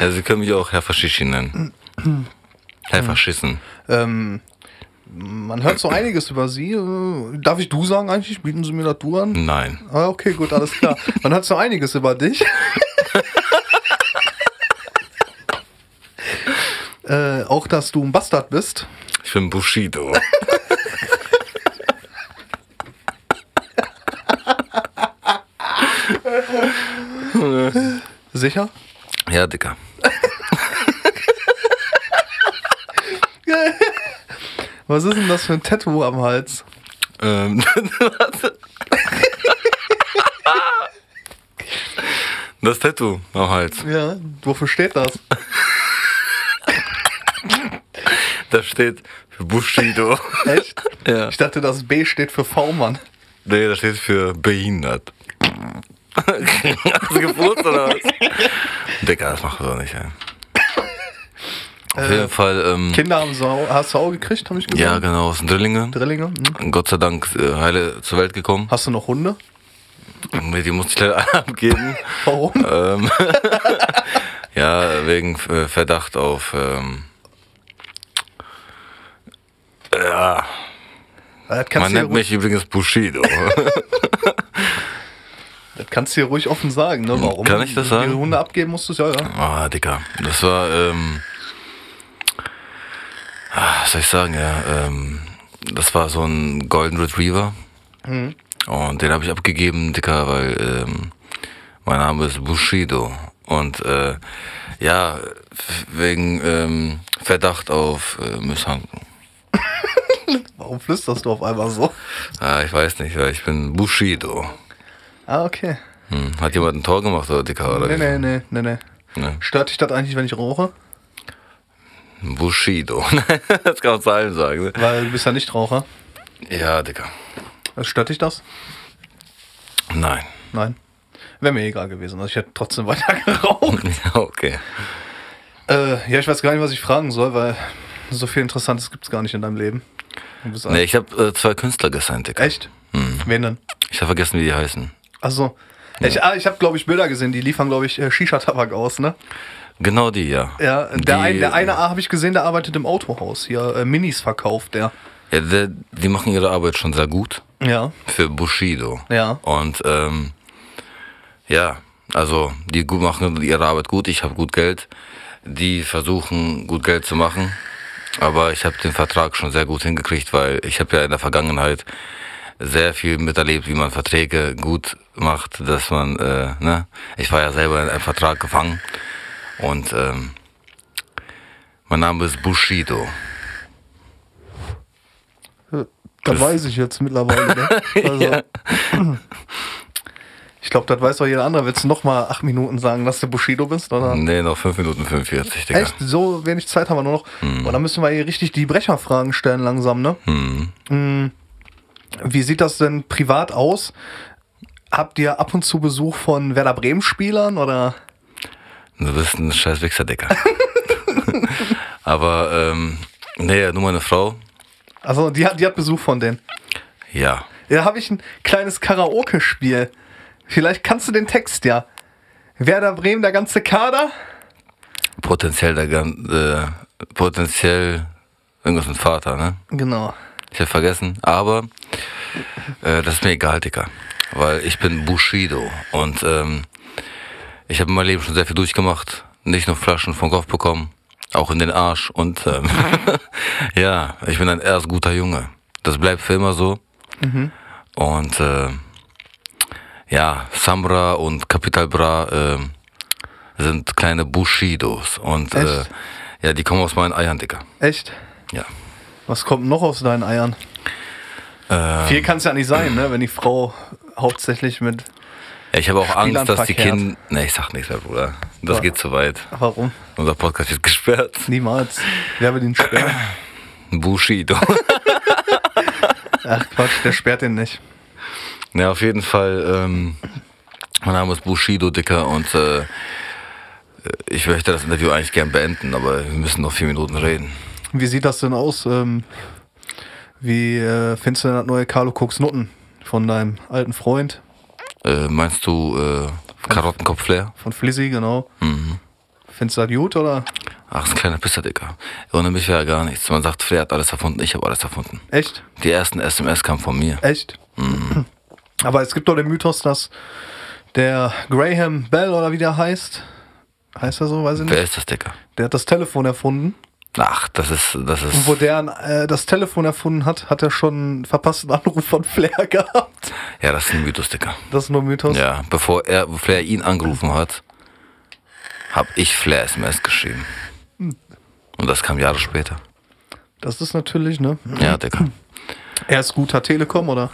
Speaker 1: Ja, Sie können mich auch Herr Faschischi nennen. Herr Faschissen.
Speaker 2: ähm, man hört so einiges über Sie. Äh, Darf ich du sagen eigentlich? Bieten Sie mir das du an?
Speaker 1: Nein.
Speaker 2: Ah, okay, gut, alles klar. Man hört so einiges über dich. äh, auch, dass du ein Bastard bist.
Speaker 1: Ich bin Bushido.
Speaker 2: Sicher?
Speaker 1: Ja, Dicker.
Speaker 2: Was ist denn das für ein Tattoo am Hals?
Speaker 1: Ähm, warte. das Tattoo am Hals.
Speaker 2: Ja, wofür steht das?
Speaker 1: Das steht für Bushido.
Speaker 2: Echt?
Speaker 1: Ja.
Speaker 2: Ich dachte, das B steht für V-Mann.
Speaker 1: Nee, das steht für behindert. Hast du gefurzt oder was? Digga, das machen wir doch nicht, ey. Auf jeden Fall, ähm,
Speaker 2: Äh, Kinder haben Sau, hast du auch gekriegt, habe ich gesagt.
Speaker 1: ja genau, aus den Drillinge.
Speaker 2: Drillinge. Hm.
Speaker 1: Gott sei Dank äh, heile zur Welt gekommen.
Speaker 2: Hast du noch Hunde?
Speaker 1: Nee, Die musste ich leider abgeben.
Speaker 2: Warum?
Speaker 1: ähm, ja, wegen äh, Verdacht auf, ähm, ja,
Speaker 2: das, kannst
Speaker 1: man
Speaker 2: du hier
Speaker 1: nennt
Speaker 2: ruhig,
Speaker 1: mich übrigens Bushido.
Speaker 2: das kannst du hier ruhig offen sagen, ne? Warum?
Speaker 1: Kann ich das sagen?
Speaker 2: Die Hunde abgeben musstest, ja, ja.
Speaker 1: Ah, Dicker. Das war, ähm. ah, Was soll ich sagen, ja? Ähm, das war so ein Golden Retriever. Und den habe ich abgegeben, Dicker, weil ähm, mein Name ist Bushido. Und äh, ja, f- wegen ähm, Verdacht auf äh, Misshandlung.
Speaker 2: Warum flüsterst du auf einmal so?
Speaker 1: Ah, ich weiß nicht, weil ich bin Bushido.
Speaker 2: Ah, okay.
Speaker 1: Hm. Hat jemand ein Tor gemacht, oder Dicker? Oder
Speaker 2: Nee,
Speaker 1: wie? Ne?
Speaker 2: nee, nee, nee, nee.
Speaker 1: Nee.
Speaker 2: Stört dich das eigentlich, wenn ich rauche?
Speaker 1: Bushido. das kann man zu allem sagen. Ne?
Speaker 2: Weil du bist ja nicht Raucher. Also
Speaker 1: Ja, Dicker.
Speaker 2: Stört dich das?
Speaker 1: Nein.
Speaker 2: Nein. Wäre mir egal gewesen. Also ich hätte trotzdem weiter geraucht.
Speaker 1: Ja, okay.
Speaker 2: äh, ja, ich weiß gar nicht, was ich fragen soll, weil so viel Interessantes gibt es gar nicht in deinem Leben. Du bist
Speaker 1: Nee,
Speaker 2: alt.
Speaker 1: ich Hm. habe äh, zwei Künstler gesigned, Dicker.
Speaker 2: Echt? Wen denn?
Speaker 1: Ich habe vergessen, wie die heißen.
Speaker 2: Achso. Ich, ah, ich habe, glaube ich, Bilder gesehen, die liefern, glaube ich, äh, Shisha-Tabak aus, ne?
Speaker 1: Genau die, ja.
Speaker 2: Ja, der,
Speaker 1: die,
Speaker 2: ein, der eine habe ich gesehen, der arbeitet im Autohaus. Hier äh, Minis verkauft der.
Speaker 1: Ja, der, die machen ihre Arbeit schon sehr gut
Speaker 2: Ja.
Speaker 1: für Bushido.
Speaker 2: Ja.
Speaker 1: Und ähm, ja, also die gut machen ihre Arbeit gut. Ich habe gut Geld. Die versuchen, gut Geld zu machen. Aber ich habe den Vertrag schon sehr gut hingekriegt, weil ich habe ja in der Vergangenheit sehr viel miterlebt, wie man Verträge gut macht, dass man, äh, ne, ich war ja selber in einem Vertrag gefangen und ähm, mein Name ist Bushido.
Speaker 2: Das weiß ich jetzt mittlerweile, ne? Also, Ich glaube, das weiß doch jeder andere. Willst du nochmal acht Minuten sagen, dass du Bushido bist, oder?
Speaker 1: Nee, noch 5 Minuten 45, Hm, Digga.
Speaker 2: Echt? So wenig Zeit haben wir nur noch. Und dann müssen wir hier richtig die Brecherfragen stellen langsam, ne? Mm. Wie sieht das denn privat aus? Habt ihr ab und zu Besuch von Werder Bremen-Spielern oder?
Speaker 1: Du bist ein scheiß Wichser, Digga. Aber, ähm, nee, nur meine Frau,
Speaker 2: Also die hat, die hat Besuch von denen.
Speaker 1: ja.
Speaker 2: Da habe ich ein kleines Karaoke-Spiel. Vielleicht kannst du den Text ja. Werder Bremen, der ganze Kader?
Speaker 1: Potenziell der gan- äh, potenziell irgendwas mit Vater, ne?
Speaker 2: Genau.
Speaker 1: Ich hab vergessen, aber äh, das ist mir egal, Dicker. Weil ich bin Bushido und ähm, ich habe in meinem Leben schon sehr viel durchgemacht. Nicht nur Flaschen vom Kopf bekommen, auch in den Arsch. Und ähm, ja, ich bin ein erst guter Junge. Das bleibt für immer so. Und äh, ja, Samra und Capital Bra äh, sind kleine Bushidos. Und äh,
Speaker 2: Echt?
Speaker 1: ja, die kommen aus meinen Eiern, Dicker.
Speaker 2: Echt?
Speaker 1: Ja.
Speaker 2: Was kommt noch aus deinen Eiern? Viel kann es ja nicht sein, ne? wenn die Frau hauptsächlich mit.
Speaker 1: Ja, Ich habe auch
Speaker 2: Spielern
Speaker 1: Angst, dass die
Speaker 2: verkehrt.
Speaker 1: Kinder. Ne, ich sag nichts mehr, Bruder. Das
Speaker 2: Ja.
Speaker 1: geht zu weit.
Speaker 2: Warum?
Speaker 1: Unser Podcast wird gesperrt.
Speaker 2: Niemals. Wer will den sperren?
Speaker 1: Bushido.
Speaker 2: Ach Quatsch, der sperrt den nicht.
Speaker 1: Ja, auf jeden Fall. Ähm, mein Name ist Bushido, Dicker, und äh, ich möchte das Interview eigentlich gern beenden, aber wir müssen noch vier Minuten reden.
Speaker 2: Wie sieht das denn aus? Ähm, wie äh, findest du denn das neue Carlo Cooks Nutten von deinem alten Freund,
Speaker 1: Äh, meinst du äh, Karottenkopf leer?
Speaker 2: von Flizzy, genau? Findest du das gut oder?
Speaker 1: Ach, ist ein kleiner Pisser, Dicker. Ohne mich wäre gar nichts. Man sagt, Flair hat alles erfunden, ich habe alles erfunden.
Speaker 2: Echt?
Speaker 1: Die ersten SMS kamen von mir.
Speaker 2: Echt? Aber es gibt doch den Mythos, dass der Graham Bell oder wie der heißt, heißt er so, weiß ich nicht,
Speaker 1: Wer ist das, Dicker?
Speaker 2: der hat das Telefon erfunden.
Speaker 1: Ach, das ist, das ist.
Speaker 2: Und wo der äh, das Telefon erfunden hat, hat er schon einen verpassten Anruf von Flair gehabt.
Speaker 1: Ja, das ist ein Mythos, Dicker.
Speaker 2: Das ist nur Mythos.
Speaker 1: Ja, bevor er, Flair ihn angerufen hat, hab ich Flair SMS geschrieben. Und das kam Jahre später.
Speaker 2: Das ist natürlich, ne?
Speaker 1: Ja, Dicker.
Speaker 2: Er ist guter Telekom, oder?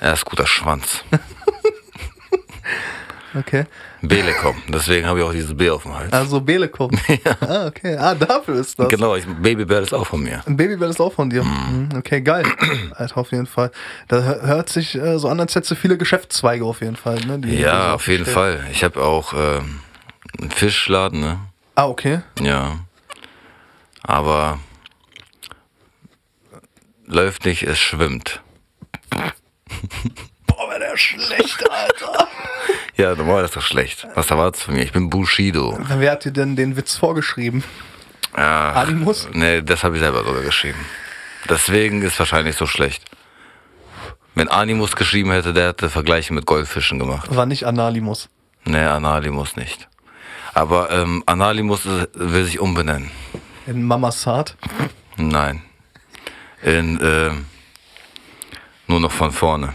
Speaker 1: Er ist guter Schwanz.
Speaker 2: Okay.
Speaker 1: Belekom. Deswegen habe ich auch dieses B auf dem Hals.
Speaker 2: Also Belekom. Ah, okay. Ah, dafür ist das.
Speaker 1: genau, ich, Babybär ist auch von mir.
Speaker 2: Ein Babybell ist auch von dir. Mhm, Okay, geil. Alter, auf jeden Fall. Da hör- hört sich äh, so an, als hättest du viele Geschäftszweige auf jeden Fall. Ne? die- die so
Speaker 1: Ja, auf jeden
Speaker 2: stehen.
Speaker 1: Fall. Ich habe auch ähm, einen Fischladen, ne?
Speaker 2: Ah, okay.
Speaker 1: Ja. Aber läuft nicht, es schwimmt.
Speaker 2: Boah, war der schlecht, Alter.
Speaker 1: Ja, normal ist doch schlecht. Was erwartest du von mir? Ich bin Bushido.
Speaker 2: Wer hat dir denn den Witz vorgeschrieben?
Speaker 1: Ach,
Speaker 2: Animus?
Speaker 1: Nee, das habe ich selber sogar geschrieben. Deswegen ist wahrscheinlich so schlecht. Wenn Animus geschrieben hätte, der hätte Vergleiche mit Goldfischen gemacht.
Speaker 2: War nicht Analimus.
Speaker 1: Nee, Analimus nicht. Aber ähm, Analimus ist, will sich umbenennen.
Speaker 2: In Mamasat.
Speaker 1: Nein. In, ähm, nur noch von vorne.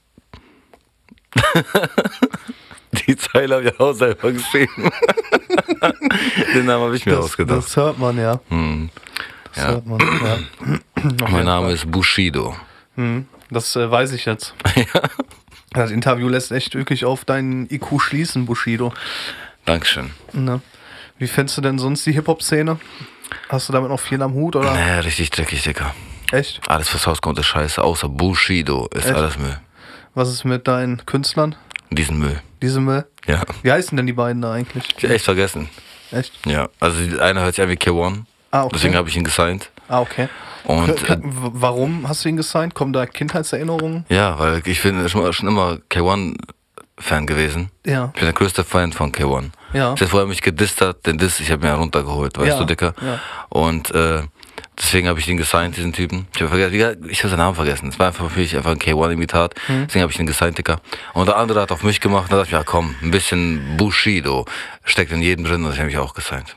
Speaker 1: Die Zeile habe ich auch selber geschrieben. Den Namen habe ich mir ausgedacht. Hm.
Speaker 2: Das hört man, ja. Das
Speaker 1: Ja.
Speaker 2: hört man, ja.
Speaker 1: Mein Name ist Bushido.
Speaker 2: Das äh, weiß ich jetzt. Das Interview lässt echt wirklich auf deinen IQ schließen, Bushido.
Speaker 1: Dankeschön.
Speaker 2: Ne? Wie findest du denn sonst die Hip-Hop-Szene? Hast du damit noch viel am Hut oder?
Speaker 1: Naja, richtig dreckig, Dicker.
Speaker 2: Echt?
Speaker 1: Alles, was rauskommt, ist scheiße. Außer Bushido ist
Speaker 2: Echt?
Speaker 1: alles Müll.
Speaker 2: Was ist mit deinen Künstlern?
Speaker 1: Diesen Müll.
Speaker 2: Diese Müll?
Speaker 1: Ja.
Speaker 2: Wie heißen denn die beiden da eigentlich?
Speaker 1: Ich hab echt vergessen.
Speaker 2: Echt?
Speaker 1: Ja. Also die- einer hört sich an wie K1.
Speaker 2: Ah, okay.
Speaker 1: Deswegen habe ich ihn gesigned.
Speaker 2: Ah, okay.
Speaker 1: Und,
Speaker 2: K- k- w- warum hast du ihn gesigned? Kommen da Kindheitserinnerungen?
Speaker 1: äh, Ja, weil ich bin schon, schon immer K1-Fan gewesen.
Speaker 2: Ja.
Speaker 1: Ich bin der größte Fan von K1.
Speaker 2: Ja.
Speaker 1: Ich hab vorher mich gedistert, den Diss, ich habe mir runtergeholt, weißt
Speaker 2: Ja,
Speaker 1: du, Dicker?
Speaker 2: ja.
Speaker 1: Und äh, deswegen habe ich den gesigned, diesen Typen. Ich habe vergessen, wie gesagt, ich habe seinen Namen vergessen. Es war einfach für mich einfach ein K1-Imitat.
Speaker 2: Hm.
Speaker 1: Deswegen habe ich den gesigned, Dicker. Und der andere hat auf mich gemacht und da dachte ich, ja komm, ein bisschen Bushido steckt in jedem drin und ich habe mich auch gesigned.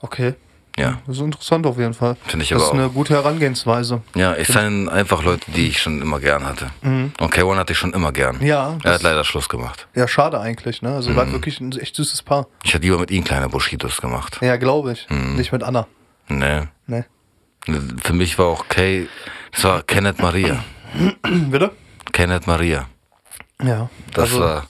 Speaker 2: Okay.
Speaker 1: Ja.
Speaker 2: Das ist interessant auf jeden Fall.
Speaker 1: Finde ich
Speaker 2: das
Speaker 1: aber
Speaker 2: ist eine
Speaker 1: auch.
Speaker 2: gute Herangehensweise.
Speaker 1: Ja, ich sign einfach Leute, die ich schon immer gern hatte. Und K1 hatte ich schon immer gern.
Speaker 2: Hm. Ja,
Speaker 1: Er
Speaker 2: das-
Speaker 1: hat leider Schluss gemacht.
Speaker 2: Ja, schade eigentlich, ne? Also, ihr
Speaker 1: Mhm.
Speaker 2: wart wirklich ein echt süßes Paar.
Speaker 1: Ich hätte lieber mit ihm kleine Bushidos gemacht.
Speaker 2: Ja, glaube ich.
Speaker 1: Mhm.
Speaker 2: Nicht mit Anna.
Speaker 1: Nee.
Speaker 2: Ne.
Speaker 1: Für mich war auch Kay, das war Kenneth Maria.
Speaker 2: Bitte?
Speaker 1: Kenneth Maria.
Speaker 2: Ja.
Speaker 1: Das
Speaker 2: also,
Speaker 1: war,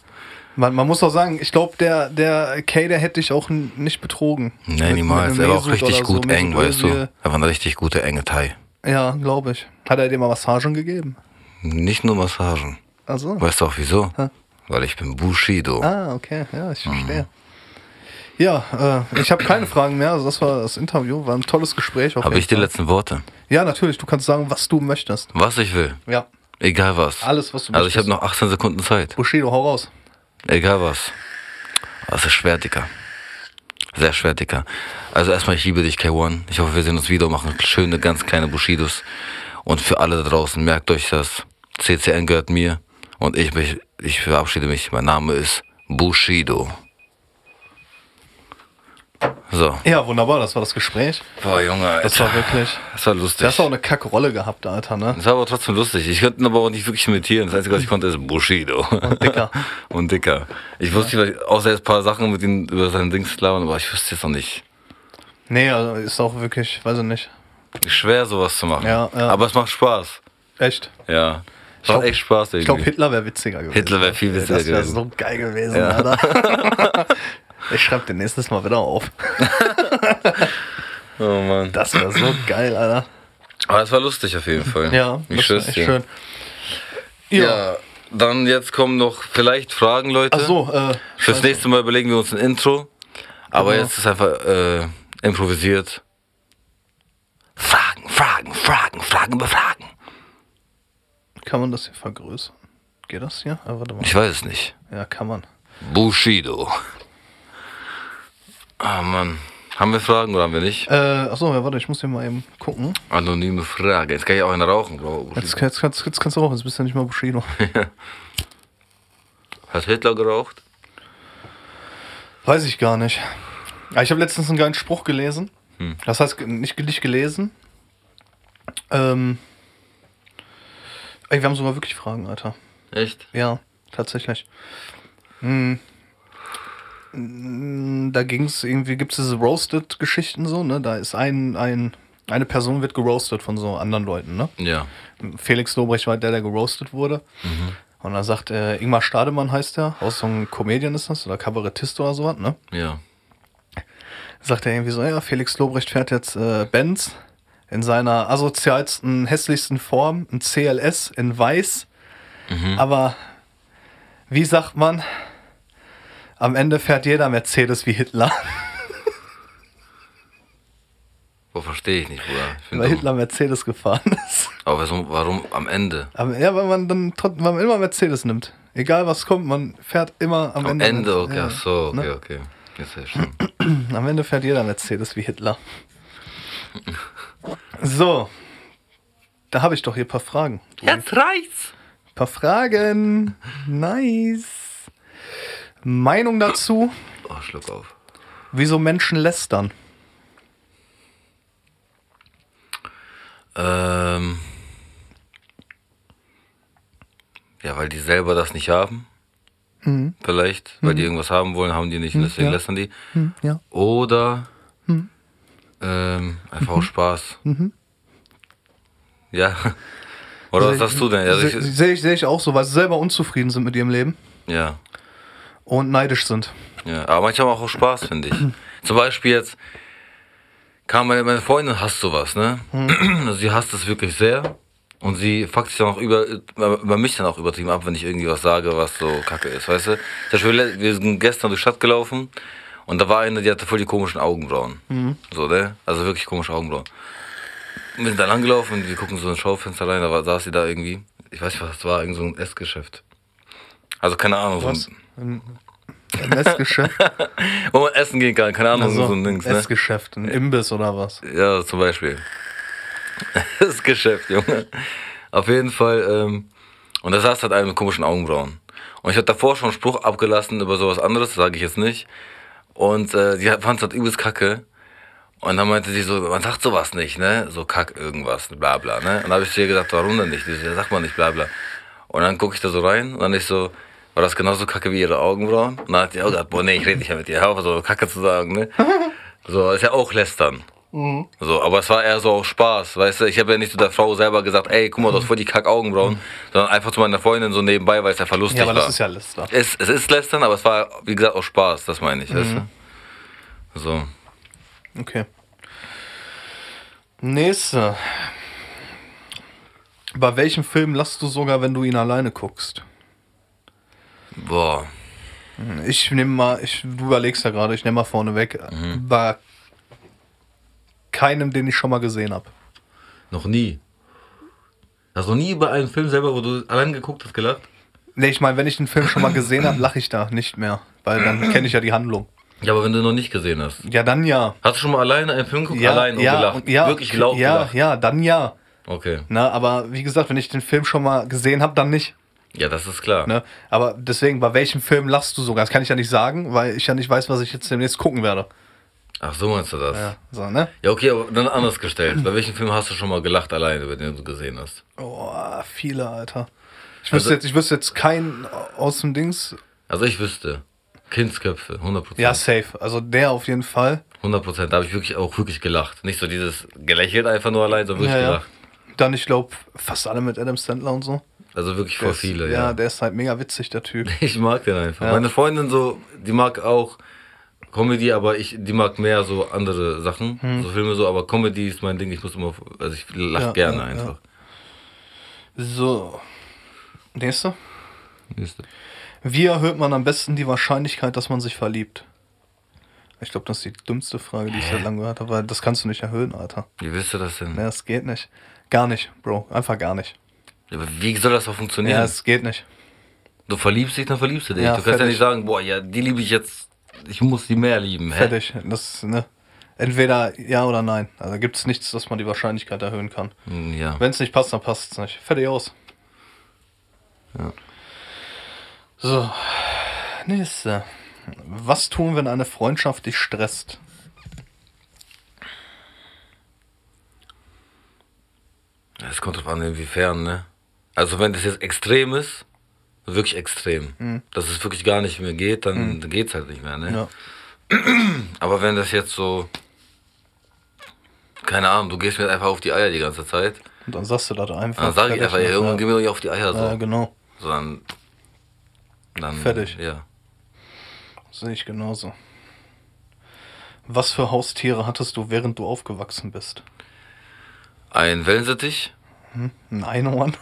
Speaker 2: man, man muss auch sagen, ich glaube, der, der Kay, der hätte ich auch n- nicht betrogen.
Speaker 1: nee,
Speaker 2: Mit-
Speaker 1: niemals.
Speaker 2: mit einem
Speaker 1: er war auch
Speaker 2: Mesut
Speaker 1: richtig
Speaker 2: oder so,
Speaker 1: gut eng,
Speaker 2: Mesut
Speaker 1: weißt du.
Speaker 2: Özil.
Speaker 1: Er war eine richtig gute enge Thai.
Speaker 2: Ja, glaube ich. Hat er dir mal Massagen gegeben?
Speaker 1: Nicht nur Massagen.
Speaker 2: Also.
Speaker 1: Weißt du auch wieso? Weil ich bin Bushido.
Speaker 2: Ah, okay, ja,
Speaker 1: Mhm.
Speaker 2: ich verstehe. Ja, äh, ich habe keine Fragen mehr. Also das war das Interview, war ein tolles Gespräch. auf
Speaker 1: Habe
Speaker 2: jeden
Speaker 1: ich die
Speaker 2: Fall.
Speaker 1: letzten Worte?
Speaker 2: Ja, natürlich. Du kannst sagen, was du möchtest.
Speaker 1: Was ich will.
Speaker 2: Ja,
Speaker 1: Egal was.
Speaker 2: Alles, was du
Speaker 1: Also ich
Speaker 2: möchtest.
Speaker 1: habe noch 18 Sekunden Zeit.
Speaker 2: Bushido, hau raus.
Speaker 1: Egal was. Das ist schwer, Dicker. Sehr schwer, Dicker. Also erstmal, ich liebe dich, K1. Ich hoffe, wir sehen uns wieder und machen schöne, ganz kleine Bushidos. Und für alle da draußen, merkt euch das. CCN gehört mir. Und ich, mich, ich verabschiede mich. Mein Name ist Bushido. So.
Speaker 2: Ja, wunderbar, das war das Gespräch.
Speaker 1: Boah, Junge, Alter.
Speaker 2: Das war wirklich.
Speaker 1: Das war lustig.
Speaker 2: Das hat auch eine kacke Rolle gehabt, Alter, ne?
Speaker 1: Das war aber trotzdem lustig. Ich konnte ihn aber auch nicht wirklich imitieren. Das Einzige, was ich konnte, ist Bushido. Und
Speaker 2: dicker.
Speaker 1: Und dicker. Ich wusste vielleicht auch selbst ein paar Sachen mit ihm über seinen Dings labern, aber ich wüsste jetzt noch nicht.
Speaker 2: Nee, also ist auch wirklich, weiß ich nicht.
Speaker 1: Schwer, sowas zu machen.
Speaker 2: Ja, ja.
Speaker 1: Aber es macht Spaß.
Speaker 2: Echt.
Speaker 1: Ja. Es macht
Speaker 2: glaub-
Speaker 1: echt Spaß irgendwie.
Speaker 2: Ich glaube, Hitler wäre witziger gewesen.
Speaker 1: Hitler wäre viel witziger
Speaker 2: Das wäre
Speaker 1: gewesen.
Speaker 2: so geil gewesen,
Speaker 1: Ja.
Speaker 2: Alter. Ich schreibe den nächstes Mal wieder auf.
Speaker 1: Oh Mann.
Speaker 2: Das wäre so geil, Alter.
Speaker 1: Aber es war lustig auf jeden Fall.
Speaker 2: Ja,
Speaker 1: ich
Speaker 2: das wär
Speaker 1: schwör's
Speaker 2: echt
Speaker 1: dir.
Speaker 2: schön.
Speaker 1: Ja.
Speaker 2: Ja.
Speaker 1: Dann jetzt kommen noch vielleicht Fragen, Leute.
Speaker 2: Ach so, äh,
Speaker 1: Fürs nächste Mal überlegen wir uns ein Intro. Aber
Speaker 2: Genau.
Speaker 1: jetzt ist einfach äh, improvisiert. Fragen, Fragen, Fragen, Fragen über Fragen.
Speaker 2: kann man das hier vergrößern? Geht das hier? Ah, warte mal.
Speaker 1: Ich weiß es nicht.
Speaker 2: Ja, kann man.
Speaker 1: Bushido. Ah, Mann. Haben wir Fragen oder haben wir nicht?
Speaker 2: Äh, achso, ja, warte, ich muss hier mal eben gucken.
Speaker 1: Anonyme Frage. Jetzt kann ich auch einen rauchen, Bro.
Speaker 2: Jetzt, jetzt, kannst- jetzt kannst du auch, jetzt bist du ja nicht mal Bushido.
Speaker 1: Hat Hitler geraucht?
Speaker 2: Weiß ich gar nicht. Ja, ich habe letztens einen geilen Spruch gelesen. Das heißt, nicht, nicht gelesen. Ähm, ey, wir haben sogar wirklich Fragen, Alter.
Speaker 1: Echt?
Speaker 2: Ja, tatsächlich. Hm. Mm, Da ging es irgendwie, gibt es diese Roasted-Geschichten so, ne? Da ist ein, ein, eine Person wird geroastet von so anderen Leuten, ne?
Speaker 1: Ja.
Speaker 2: Felix Lobrecht war der, der geroastet wurde. Und da sagt äh, Ingmar Stademann heißt der, aus so einem Comedian ist das, oder Kabarettist oder sowas, ne?
Speaker 1: Ja.
Speaker 2: sagt er irgendwie so, ja, Felix Lobrecht fährt jetzt äh, Benz in seiner asozialsten, hässlichsten Form, ein CLS in weiß.
Speaker 1: Mhm.
Speaker 2: Aber wie sagt man, am Ende fährt jeder Mercedes wie Hitler.
Speaker 1: Boah, verstehe ich nicht, Bruder. Ich bin
Speaker 2: Weil
Speaker 1: dumm.
Speaker 2: Hitler Mercedes gefahren ist.
Speaker 1: Aber warum, warum am Ende?
Speaker 2: Aber, ja, weil man dann trot- weil man immer Mercedes nimmt. Egal was kommt, man fährt immer am,
Speaker 1: Am
Speaker 2: Ende.
Speaker 1: Ende, okay.
Speaker 2: ja,
Speaker 1: Ach so, okay,
Speaker 2: ne?
Speaker 1: okay. Jetzt ist schon.
Speaker 2: Am Ende fährt jeder Mercedes wie Hitler. So. Da habe ich doch hier ein paar Fragen.
Speaker 1: Jetzt reicht's!
Speaker 2: paar Fragen. Nice. Meinung dazu,
Speaker 1: Oh, schluck auf.
Speaker 2: wieso Menschen lästern?
Speaker 1: Ähm. Ja, weil die selber das nicht haben. Mhm. Vielleicht. Weil die irgendwas haben wollen, haben die nicht und deswegen
Speaker 2: ja.
Speaker 1: lästern die.
Speaker 2: Hm, ja.
Speaker 1: Oder Hm. ähm, einfach aus Spaß. Ja. Oder was sagst du denn? Also
Speaker 2: Sehe
Speaker 1: ich,
Speaker 2: seh ich, seh ich auch so, weil sie selber unzufrieden sind mit ihrem Leben
Speaker 1: ja.
Speaker 2: und neidisch sind.
Speaker 1: Ja, aber manche haben auch Spaß, finde ich. Zum Beispiel jetzt kam meine, meine Freundin, hasst sowas, ne? Also sie hasst es wirklich sehr. Und sie fuckt sich dann auch über, über mich dann auch übertrieben ab, wenn ich irgendwie was sage, was so kacke ist, weißt du? Zum Beispiel, le- wir sind gestern durch die Stadt gelaufen und da war eine, die hatte voll die komischen Augenbrauen. So, ne? Also wirklich komische Augenbrauen. Und wir sind da lang gelaufen und wir gucken so ins Schaufenster rein, da war, saß sie da irgendwie. Ich weiß nicht, was das war, irgend so ein Essgeschäft. Also keine Ahnung. So
Speaker 2: Was?
Speaker 1: ein,
Speaker 2: Ein ein Essgeschäft?
Speaker 1: wo man essen gehen kann, keine Ahnung, so
Speaker 2: Also,
Speaker 1: ein Dings, ne?
Speaker 2: Essgeschäft, ein Imbiss oder was?
Speaker 1: Ja, zum Beispiel. Das Geschäft, Junge. Auf jeden Fall. Ähm, und da saß halt einer mit komischen Augenbrauen. Und ich hatte davor schon einen Spruch abgelassen über sowas anderes, sage ich jetzt nicht. Und äh, die fand es halt übelst kacke. Und dann meinte sie so, man sagt sowas nicht, ne? So kack irgendwas, bla bla, ne? Und da habe ich zu ihr gesagt, warum denn nicht? Die so, ja, sagt man nicht, bla bla. Und dann gucke ich da so rein und dann ich so, war das genauso kacke wie ihre Augenbrauen? Und dann hat die auch gesagt, boah, nee, ich rede nicht mehr mit dir, hör auf, so kacke zu sagen, ne? So, ist ja auch lästern.
Speaker 2: Mhm.
Speaker 1: So, aber es war eher so auch Spaß, weißt du? Ich habe ja nicht zu der Frau selber gesagt, ey, guck mal, du hast voll die kack Augenbrauen, sondern einfach zu meiner Freundin so nebenbei, weil es ja verlustig
Speaker 2: Mhm. Ja, aber
Speaker 1: war.
Speaker 2: das ist ja Läster.
Speaker 1: Es, es ist lästern, aber es war, wie gesagt, auch Spaß, das meine ich, weißt du? So.
Speaker 2: Okay. Nächste. Bei welchem Film lachst du sogar, wenn du ihn alleine guckst?
Speaker 1: Boah.
Speaker 2: Ich nehme mal, ich, du überlegst ja gerade, ich nehme mal vorneweg,
Speaker 1: Mhm.
Speaker 2: bei keinem, den ich schon mal gesehen habe.
Speaker 1: Noch nie. Hast du noch nie bei einem Film selber, wo du allein geguckt hast, gelacht?
Speaker 2: Nee, ich meine, wenn ich den Film schon mal gesehen habe, lache ich da nicht mehr, weil dann kenne ich ja die Handlung.
Speaker 1: Ja, aber wenn du noch nicht gesehen hast.
Speaker 2: Ja, dann ja.
Speaker 1: Hast du schon mal alleine einen Film geguckt?
Speaker 2: Ja,
Speaker 1: allein
Speaker 2: ja,
Speaker 1: und gelacht.
Speaker 2: ja,
Speaker 1: Wirklich laut
Speaker 2: Ja,
Speaker 1: gelacht.
Speaker 2: ja, dann ja.
Speaker 1: Okay.
Speaker 2: Ne, aber wie gesagt, wenn ich den Film schon mal gesehen habe, dann nicht.
Speaker 1: Ja, das ist klar.
Speaker 2: Ne? Aber deswegen, bei welchem Film lachst du sogar? Das kann ich ja nicht sagen, weil ich ja nicht weiß, was ich jetzt demnächst gucken werde.
Speaker 1: Ach, so meinst du das?
Speaker 2: Ja,
Speaker 1: Ja,
Speaker 2: so, ne?
Speaker 1: okay, aber dann anders gestellt. Bei welchem Film hast du schon mal gelacht alleine, wenn du ihn gesehen hast?
Speaker 2: Boah, viele, Alter. Ich wüsste,
Speaker 1: Also-
Speaker 2: jetzt, ich wüsste jetzt keinen aus dem Dings.
Speaker 1: Also ich wüsste. Kindsköpfe, 100%.
Speaker 2: Ja, safe. Also der auf jeden Fall.
Speaker 1: 100%. Da habe ich wirklich auch wirklich gelacht. Nicht so dieses gelächelt einfach nur allein, sondern
Speaker 2: Ja,
Speaker 1: wirklich
Speaker 2: ja.
Speaker 1: gelacht.
Speaker 2: Dann, ich glaube, fast alle mit Adam Sandler und so.
Speaker 1: Also wirklich
Speaker 2: Der
Speaker 1: vor
Speaker 2: ist-
Speaker 1: viele,
Speaker 2: ja.
Speaker 1: ja.
Speaker 2: der ist halt mega witzig, der Typ.
Speaker 1: Ich mag den einfach. Meine Freundin so, die mag auch Comedy, aber ich, die mag mehr so andere Sachen, so Filme so, aber Comedy ist mein Ding, ich muss immer, also ich lach
Speaker 2: Hm. Ja,
Speaker 1: gerne
Speaker 2: ja, ja.
Speaker 1: einfach.
Speaker 2: So. Nächste.
Speaker 1: Nächste.
Speaker 2: Wie erhöht man am besten die Wahrscheinlichkeit, dass man sich verliebt? Ich glaube, das ist die dümmste Frage, die ich seit langem gehört habe, weil das kannst du nicht erhöhen, Alter.
Speaker 1: Wie willst du das denn?
Speaker 2: Ja, Ne, es geht nicht. Gar nicht, Bro. Einfach gar nicht.
Speaker 1: Aber Wie soll das auch
Speaker 2: Ja,
Speaker 1: funktionieren?
Speaker 2: es geht nicht.
Speaker 1: du verliebst dich, dann verliebst du dich.
Speaker 2: Ja,
Speaker 1: du kannst ja
Speaker 2: fertig.
Speaker 1: nicht sagen, boah, ja, die liebe ich jetzt, ich muss die mehr lieben. Hä?
Speaker 2: Fertig. Das, ne? Entweder ja oder nein. Also gibt es nichts, dass man die Wahrscheinlichkeit erhöhen kann.
Speaker 1: Hm, Ja.
Speaker 2: Wenn es nicht passt, dann passt es nicht. Fertig aus.
Speaker 1: Ja.
Speaker 2: So. Nächste. Was tun, wenn eine Freundschaft dich stresst?
Speaker 1: Es kommt drauf an, inwiefern, ne? Also wenn das jetzt extrem ist, wirklich extrem, dass es wirklich gar nicht mehr geht, dann geht's halt nicht mehr, ne?
Speaker 2: Hm. Ja.
Speaker 1: Aber wenn das jetzt so. Keine Ahnung, du gehst mir einfach auf die Eier die ganze Zeit.
Speaker 2: Und dann sagst du das einfach.
Speaker 1: Dann sage ich
Speaker 2: Fertig,
Speaker 1: einfach,
Speaker 2: ne?
Speaker 1: ey, irgendwann geh
Speaker 2: ja.
Speaker 1: mir doch auf die Eier so.
Speaker 2: Ja, genau.
Speaker 1: so dann, dann.
Speaker 2: Fertig.
Speaker 1: Ja.
Speaker 2: Sehe ich genauso. Was für Haustiere hattest du, während du aufgewachsen bist?
Speaker 1: Ein Wellensittich.
Speaker 2: Ein Einhorn?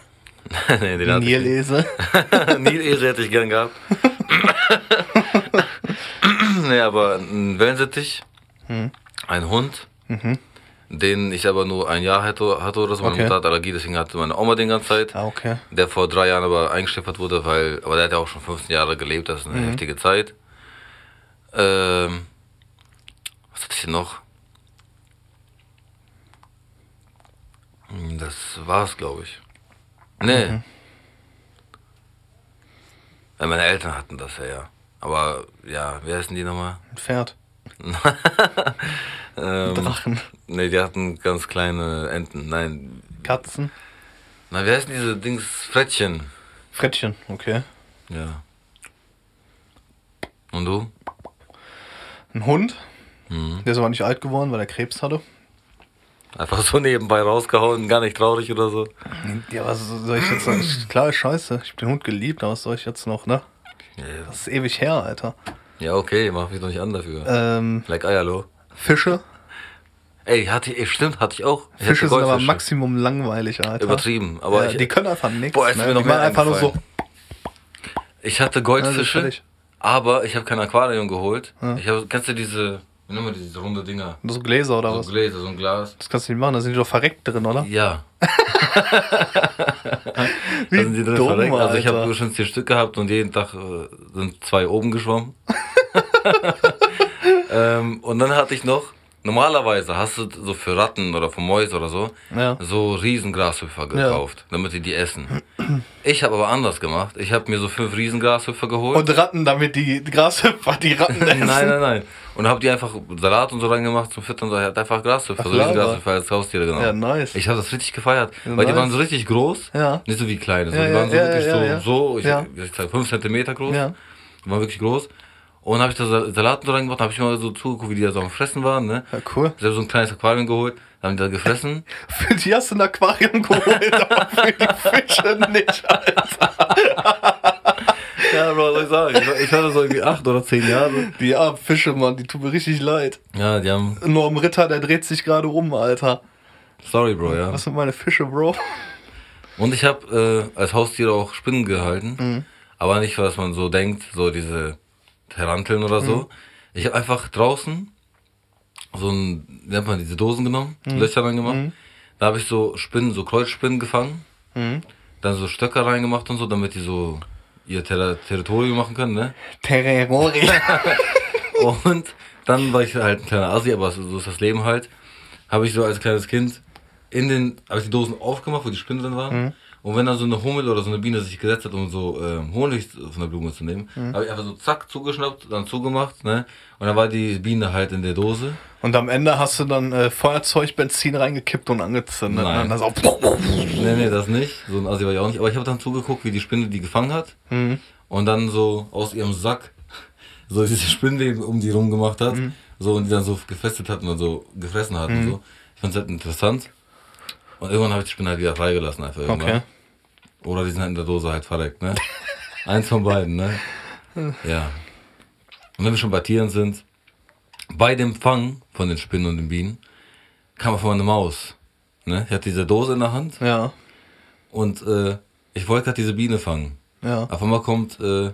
Speaker 1: nee, den
Speaker 2: Ein
Speaker 1: hatte ich nicht.
Speaker 2: Nierlese? E-
Speaker 1: Nilese hätte ich gern gehabt. nee, aber ein Wellensittich,
Speaker 2: Hm.
Speaker 1: ein Hund,
Speaker 2: Mhm.
Speaker 1: den ich aber nur ein Jahr hatte, hatte oder so. Meine
Speaker 2: Okay.
Speaker 1: Mutter hat Allergie, deswegen hatte meine Oma den ganze Zeit.
Speaker 2: ah, okay.
Speaker 1: Der vor drei Jahren aber eingeschläfert wurde, weil, aber der hat ja auch schon 15 Jahre gelebt, das ist eine heftige Zeit. Ähm, was hatte ich denn noch? Hm, Das war's, glaube ich. Nee. Ja, meine Eltern hatten das ja, ja. Aber ja, wie heißen die nochmal?
Speaker 2: Ein Pferd.
Speaker 1: Ähm,
Speaker 2: Drachen.
Speaker 1: Nee, die hatten ganz kleine Enten. Nein.
Speaker 2: Katzen.
Speaker 1: Na, wie heißen diese Dings? Frettchen.
Speaker 2: Frettchen, okay.
Speaker 1: Ja. Und du?
Speaker 2: Ein Hund.
Speaker 1: Mhm.
Speaker 2: Der ist aber nicht alt geworden, weil er Krebs hatte.
Speaker 1: Einfach so nebenbei rausgehauen, gar nicht traurig oder so.
Speaker 2: Ja, was soll ich jetzt sagen? Ist Klar, ist scheiße. Ich hab den Hund geliebt, aber was soll ich jetzt noch, ne?
Speaker 1: Ja,
Speaker 2: Das ist ewig her, Alter.
Speaker 1: Ja, okay, mach mich doch nicht an dafür.
Speaker 2: Ähm,
Speaker 1: Like Ayalo.
Speaker 2: Fische.
Speaker 1: Ey, hatte ich, stimmt, hatte ich auch. Ich
Speaker 2: Fische
Speaker 1: hatte
Speaker 2: sind aber
Speaker 1: Goldfische.
Speaker 2: maximum langweilig, Alter.
Speaker 1: Übertrieben, aber
Speaker 2: ja,
Speaker 1: ich-
Speaker 2: die können einfach nichts. ne?
Speaker 1: Boah, ist mir noch
Speaker 2: die
Speaker 1: mehr
Speaker 2: machen einfach nur so.
Speaker 1: Ich hatte
Speaker 2: Ja, das ist
Speaker 1: Goldfische,
Speaker 2: fertig.
Speaker 1: aber ich habe kein Aquarium geholt. Ich habe, kennst du diese, wie nennen wir diese runde Dinger?
Speaker 2: So Gläser oder
Speaker 1: So
Speaker 2: was?
Speaker 1: Gläser, so ein Glas.
Speaker 2: Das kannst du nicht machen, da sind die doch verreckt drin, oder?
Speaker 1: Ja.
Speaker 2: Wie
Speaker 1: Da sind die drin
Speaker 2: dumm,
Speaker 1: verreckt. Also ich
Speaker 2: Alter.
Speaker 1: habe schon zehn Stück gehabt und jeden Tag äh, sind zwei oben geschwommen. ähm, und dann hatte ich noch, normalerweise hast du so für Ratten oder für Mäuse oder so,
Speaker 2: Ja.
Speaker 1: so Riesengrashüpfer gekauft, damit die die essen. Ich habe aber anders gemacht. Ich habe mir so fünf Riesengrashüpfer geholt.
Speaker 2: Und Ratten, damit die Grashüpfer die Ratten essen.
Speaker 1: Nein, nein, nein. Und hab die einfach Salat und so reingemacht zum Füttern. So, hat einfach Grashüpfer, so
Speaker 2: Lava.
Speaker 1: Riesengrashüpfer als Haustiere genommen.
Speaker 2: Ja, nice.
Speaker 1: Ich habe das richtig gefeiert, weil
Speaker 2: nice.
Speaker 1: die waren so richtig groß.
Speaker 2: Ja.
Speaker 1: Nicht so wie kleine. So,
Speaker 2: Ja,
Speaker 1: die
Speaker 2: ja,
Speaker 1: waren so
Speaker 2: ja,
Speaker 1: wirklich
Speaker 2: ja,
Speaker 1: so,
Speaker 2: ja.
Speaker 1: so ich,
Speaker 2: Ja.
Speaker 1: ich sag 5 cm groß.
Speaker 2: Ja.
Speaker 1: Die waren wirklich groß. Und habe ich da Sa- Salat und so reingemacht, habe ich mal so zugeguckt, wie die da so am Fressen waren. Ne?
Speaker 2: Ja, cool.
Speaker 1: Ich habe so ein kleines Aquarium geholt, haben die da gefressen.
Speaker 2: Für die hast du ein Aquarium geholt, aber für die Fische nicht, Alter.
Speaker 1: ja, Bro, was soll ich sagen? Ich war- Ich hatte so irgendwie 8 oder 10 Jahre.
Speaker 2: Die armen Fische, Mann, die tun mir richtig leid.
Speaker 1: Ja, die haben.
Speaker 2: Norm Ritter, der dreht sich gerade um, Alter.
Speaker 1: Sorry, Bro, ja.
Speaker 2: Was sind meine Fische, Bro?
Speaker 1: Und ich habe äh, als Haustier auch Spinnen gehalten. Aber nicht, was man so denkt, so diese Taranteln oder so. Ich habe einfach draußen so ein, wie nennt man diese Dosen genommen, Löcher reingemacht. Da habe ich so Spinnen, so Kreuzspinnen gefangen. Dann so Stöcker reingemacht und so, damit die so ihr Ter Territorium machen können, ne?
Speaker 2: Terrorori.
Speaker 1: Und dann war ich halt ein kleiner Asi, aber so ist das Leben halt. Habe ich so als kleines Kind in den, habe ich die Dosen aufgemacht, wo die Spinnen drin waren. Und wenn dann so eine Hummel oder so eine Biene sich gesetzt hat, um so ähm, Honig von der Blume zu nehmen, habe ich einfach so zack zugeschnappt, dann zugemacht, ne? Und dann war die Biene halt in der Dose.
Speaker 2: Und am Ende hast du dann äh, Feuerzeug, Benzin reingekippt und angezündet.
Speaker 1: Nein.
Speaker 2: Und dann so,
Speaker 1: Nee, nee, das nicht. So ein Assi war ich auch nicht. Aber ich habe dann zugeguckt, wie die Spinne die gefangen hat. Und dann so aus ihrem Sack so diese Spinnweben um die rum gemacht hat. So und die dann so gefesselt hat und dann so gefressen hat und so. Ich fand es halt interessant. Und irgendwann habe ich die Spinne halt wieder freigelassen einfach irgendwann.
Speaker 2: Okay.
Speaker 1: Oder die sind halt in der Dose halt verreckt, ne? Eins von beiden, ne? Ja. Und wenn wir schon bei Tieren sind, bei dem Fang von den Spinnen und den Bienen kam auf einmal eine Maus. Ne? Ich hatte diese Dose in der Hand
Speaker 2: ja,
Speaker 1: und äh, ich wollte gerade diese Biene fangen.
Speaker 2: ja.
Speaker 1: Auf einmal kommt äh,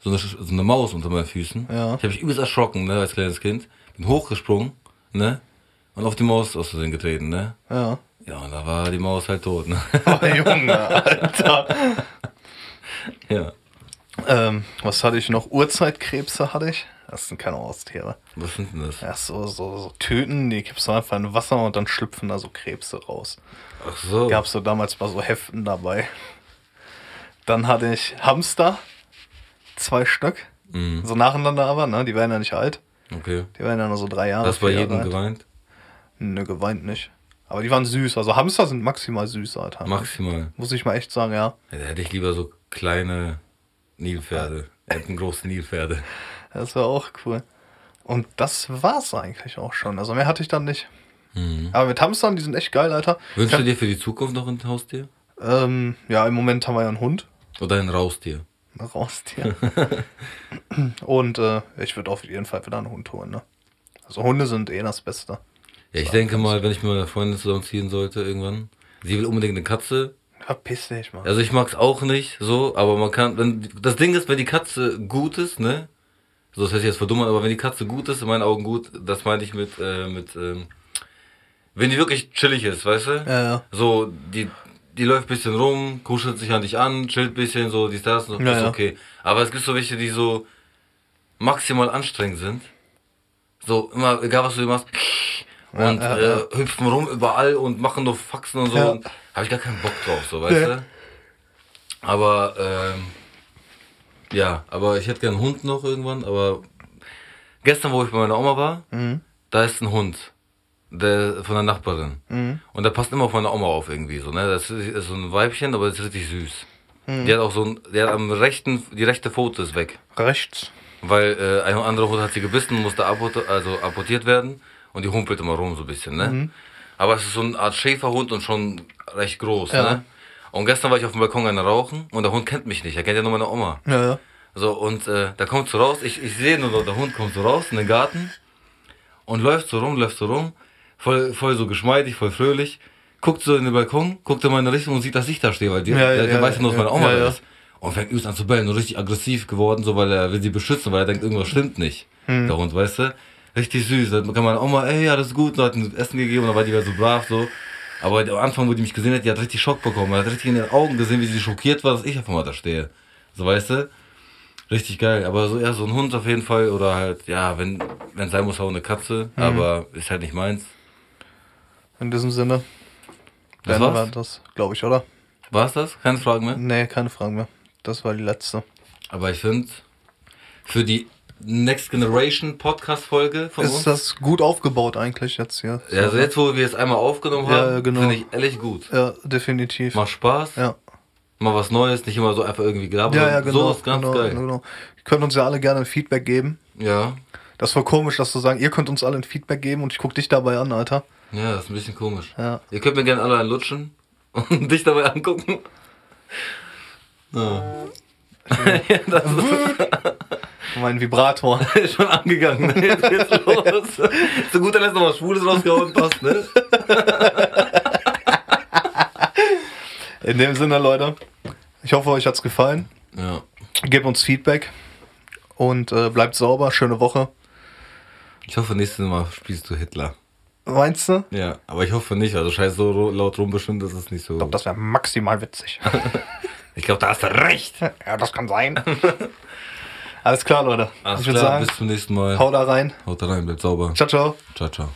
Speaker 1: so, eine, Sch- so eine Maus unter meinen Füßen.
Speaker 2: Ja.
Speaker 1: Ich habe mich übelst erschrocken, ne, als kleines Kind. Bin hochgesprungen, ne? Und auf die Maus aus Versehen getreten, ne?
Speaker 2: Ja.
Speaker 1: Ja, und da war die Maus halt tot, ne?
Speaker 2: Oh, Junge, Alter.
Speaker 1: ja.
Speaker 2: ähm, was hatte ich noch? Urzeitkrebse hatte ich. Das sind keine Haustiere.
Speaker 1: Was sind denn das?
Speaker 2: Ach so, so, so Töten, die kippst du einfach in Wasser und dann schlüpfen da so Krebse raus.
Speaker 1: Ach so.
Speaker 2: Gab's so damals bei so Heften dabei. Dann hatte ich Hamster. Zwei Stück.
Speaker 1: Mhm.
Speaker 2: So nacheinander aber, ne? Die werden ja nicht alt.
Speaker 1: Okay.
Speaker 2: Die werden ja nur so drei Jahre.
Speaker 1: Hast du bei
Speaker 2: vier
Speaker 1: jedem
Speaker 2: Jahre alt.
Speaker 1: geweint?
Speaker 2: Nö, geweint nicht. Aber die waren süß. Also Hamster sind maximal süß, Alter.
Speaker 1: Maximal.
Speaker 2: Muss ich mal echt sagen, ja.
Speaker 1: Ja, da hätte ich lieber so kleine Nilpferde.
Speaker 2: Ah.
Speaker 1: Hätten große Nilpferde.
Speaker 2: Das war auch cool. Und das war's eigentlich auch schon. Also mehr hatte ich dann nicht. Aber mit Hamstern, die sind echt geil, Alter.
Speaker 1: Wünschst Mhm. du
Speaker 2: Ich
Speaker 1: dir für die Zukunft noch ein Haustier?
Speaker 2: hab, ähm, ja, im Moment haben wir ja einen Hund.
Speaker 1: Oder ein Raustier?
Speaker 2: Ein Raustier. Und äh, ich würde auf jeden Fall wieder einen Hund holen, ne? Also Hunde sind eh das Beste.
Speaker 1: Ja, ich denke mal, wenn ich mit meiner Freundin zusammenziehen sollte irgendwann. Sie will unbedingt eine Katze.
Speaker 2: Verpiss dich, Mann.
Speaker 1: Also ich mag's auch nicht so, aber man kann, wenn, das Ding ist, wenn die Katze gut ist, ne? So, das heißt jetzt verdummern, aber wenn die Katze gut ist, in meinen Augen gut, das meine ich mit, äh, mit, ähm, wenn die wirklich chillig ist, weißt du?
Speaker 2: Ja, ja.
Speaker 1: So, die, die läuft ein bisschen rum, kuschelt sich an dich an, chillt ein bisschen, so, dies, das, so,
Speaker 2: Ja,
Speaker 1: ist
Speaker 2: ja.
Speaker 1: okay. Aber es gibt so welche, die so maximal anstrengend sind. So, immer, egal was du machst, und
Speaker 2: ja, ja.
Speaker 1: Äh, hüpfen rum überall und machen nur Faxen und so.
Speaker 2: Ja.
Speaker 1: Und Habe ich gar keinen Bock drauf, so, weißt
Speaker 2: Nee.
Speaker 1: du? Aber, ähm, ja, aber ich hätte gern einen Hund noch irgendwann, aber gestern, wo ich bei meiner Oma war, da ist ein Hund. Der, von der Nachbarin. Und der passt immer auf meine Oma auf irgendwie so, ne? Das ist, ist so ein Weibchen, aber das ist richtig süß. Die hat auch so ein, die hat am rechten, die rechte Pfote ist weg.
Speaker 2: Rechts.
Speaker 1: Weil äh, ein anderer Hund hat sie gebissen, musste abort also abortiert werden und die humpelt immer rum so ein bisschen, ne? Aber es ist so eine Art Schäferhund und schon recht groß,
Speaker 2: Ja.
Speaker 1: ne? Und gestern war ich auf dem Balkon einer rauchen und der Hund kennt mich nicht, er kennt ja nur meine Oma.
Speaker 2: Ja, ja.
Speaker 1: So, und äh, da kommt so raus, ich, ich sehe nur, noch, der Hund kommt so raus in den Garten und läuft so rum, läuft so rum, voll, voll so geschmeidig, voll fröhlich, guckt so in den Balkon, guckt in meine Richtung und sieht, dass ich da stehe, weil die,
Speaker 2: Ja, ja,
Speaker 1: der, der
Speaker 2: ja,
Speaker 1: weiß ja nur, dass
Speaker 2: ja,
Speaker 1: meine Oma
Speaker 2: ja,
Speaker 1: da
Speaker 2: ja.
Speaker 1: ist. Und fängt übelst an zu bellen und richtig aggressiv geworden, so weil er will sie beschützen, weil er denkt, irgendwas stimmt nicht.
Speaker 2: Hm.
Speaker 1: Der Hund, weißt du? Richtig süß. Dann kann meine Oma, ey, ja, das ist gut, und hat ein Essen gegeben, und dann war die wieder so brav, so. Aber am Anfang, wo die mich gesehen hat, die hat richtig Schock bekommen. Man hat richtig in den Augen gesehen, wie sie schockiert war, dass ich auf einmal da stehe. So, weißt du? Richtig geil, aber so, ja, so ein Hund auf jeden Fall oder halt, ja, wenn wenn sein muss, auch eine Katze,
Speaker 2: Mhm.
Speaker 1: aber ist halt nicht meins.
Speaker 2: In diesem Sinne.
Speaker 1: Das
Speaker 2: werden wir
Speaker 1: war's?
Speaker 2: das, glaube ich, oder?
Speaker 1: War's das? Keine Fragen mehr?
Speaker 2: Nee, keine Fragen mehr. Das war die letzte.
Speaker 1: Aber ich finde, für die Next Generation Podcast-Folge von uns,
Speaker 2: Ist das gut aufgebaut eigentlich jetzt hier?
Speaker 1: ja, also jetzt, wo wir es einmal aufgenommen
Speaker 2: Ja,
Speaker 1: haben,
Speaker 2: genau.
Speaker 1: finde ich ehrlich gut.
Speaker 2: Ja, definitiv.
Speaker 1: Macht Spaß,
Speaker 2: Ja.
Speaker 1: mal was Neues, nicht immer so einfach irgendwie gelabert.
Speaker 2: Ja, ja,
Speaker 1: sondern
Speaker 2: genau.
Speaker 1: So ist ganz
Speaker 2: genau,
Speaker 1: geil.
Speaker 2: genau. Ihr könnt uns ja alle gerne ein Feedback geben.
Speaker 1: Ja.
Speaker 2: Das war komisch, das zu sagen. Ihr könnt uns alle ein Feedback geben und ich guck dich dabei an, Alter.
Speaker 1: ja, das ist ein bisschen komisch.
Speaker 2: Ja.
Speaker 1: Ihr könnt mir gerne alle einen lutschen und dich dabei angucken. Ja. ja, das ist
Speaker 2: Mein Vibrator.
Speaker 1: Ist schon angegangen. Ne? Jetzt geht's los. Zu guter Letzt nochmal Schwules rausgehauen, passt, ne?
Speaker 2: In dem Sinne, Leute. Ich hoffe, euch hat's gefallen.
Speaker 1: Ja.
Speaker 2: Gebt uns Feedback und äh, bleibt sauber. Schöne Woche.
Speaker 1: Ich hoffe, nächstes Mal spielst du Hitler.
Speaker 2: Meinst du? Ich
Speaker 1: Ja, aber ich hoffe nicht. Also scheiß so ro- laut rum bestimmt, das ist nicht so.
Speaker 2: glaube, das wäre maximal witzig.
Speaker 1: ich glaube, da hast du recht.
Speaker 2: ja, das kann sein. Alles klar, Leute.
Speaker 1: Alles
Speaker 2: ich würde
Speaker 1: klar,
Speaker 2: sagen,
Speaker 1: bis zum nächsten Mal.
Speaker 2: hau da rein.
Speaker 1: Haut rein, bleibt sauber.
Speaker 2: Ciao, ciao.
Speaker 1: Ciao, ciao.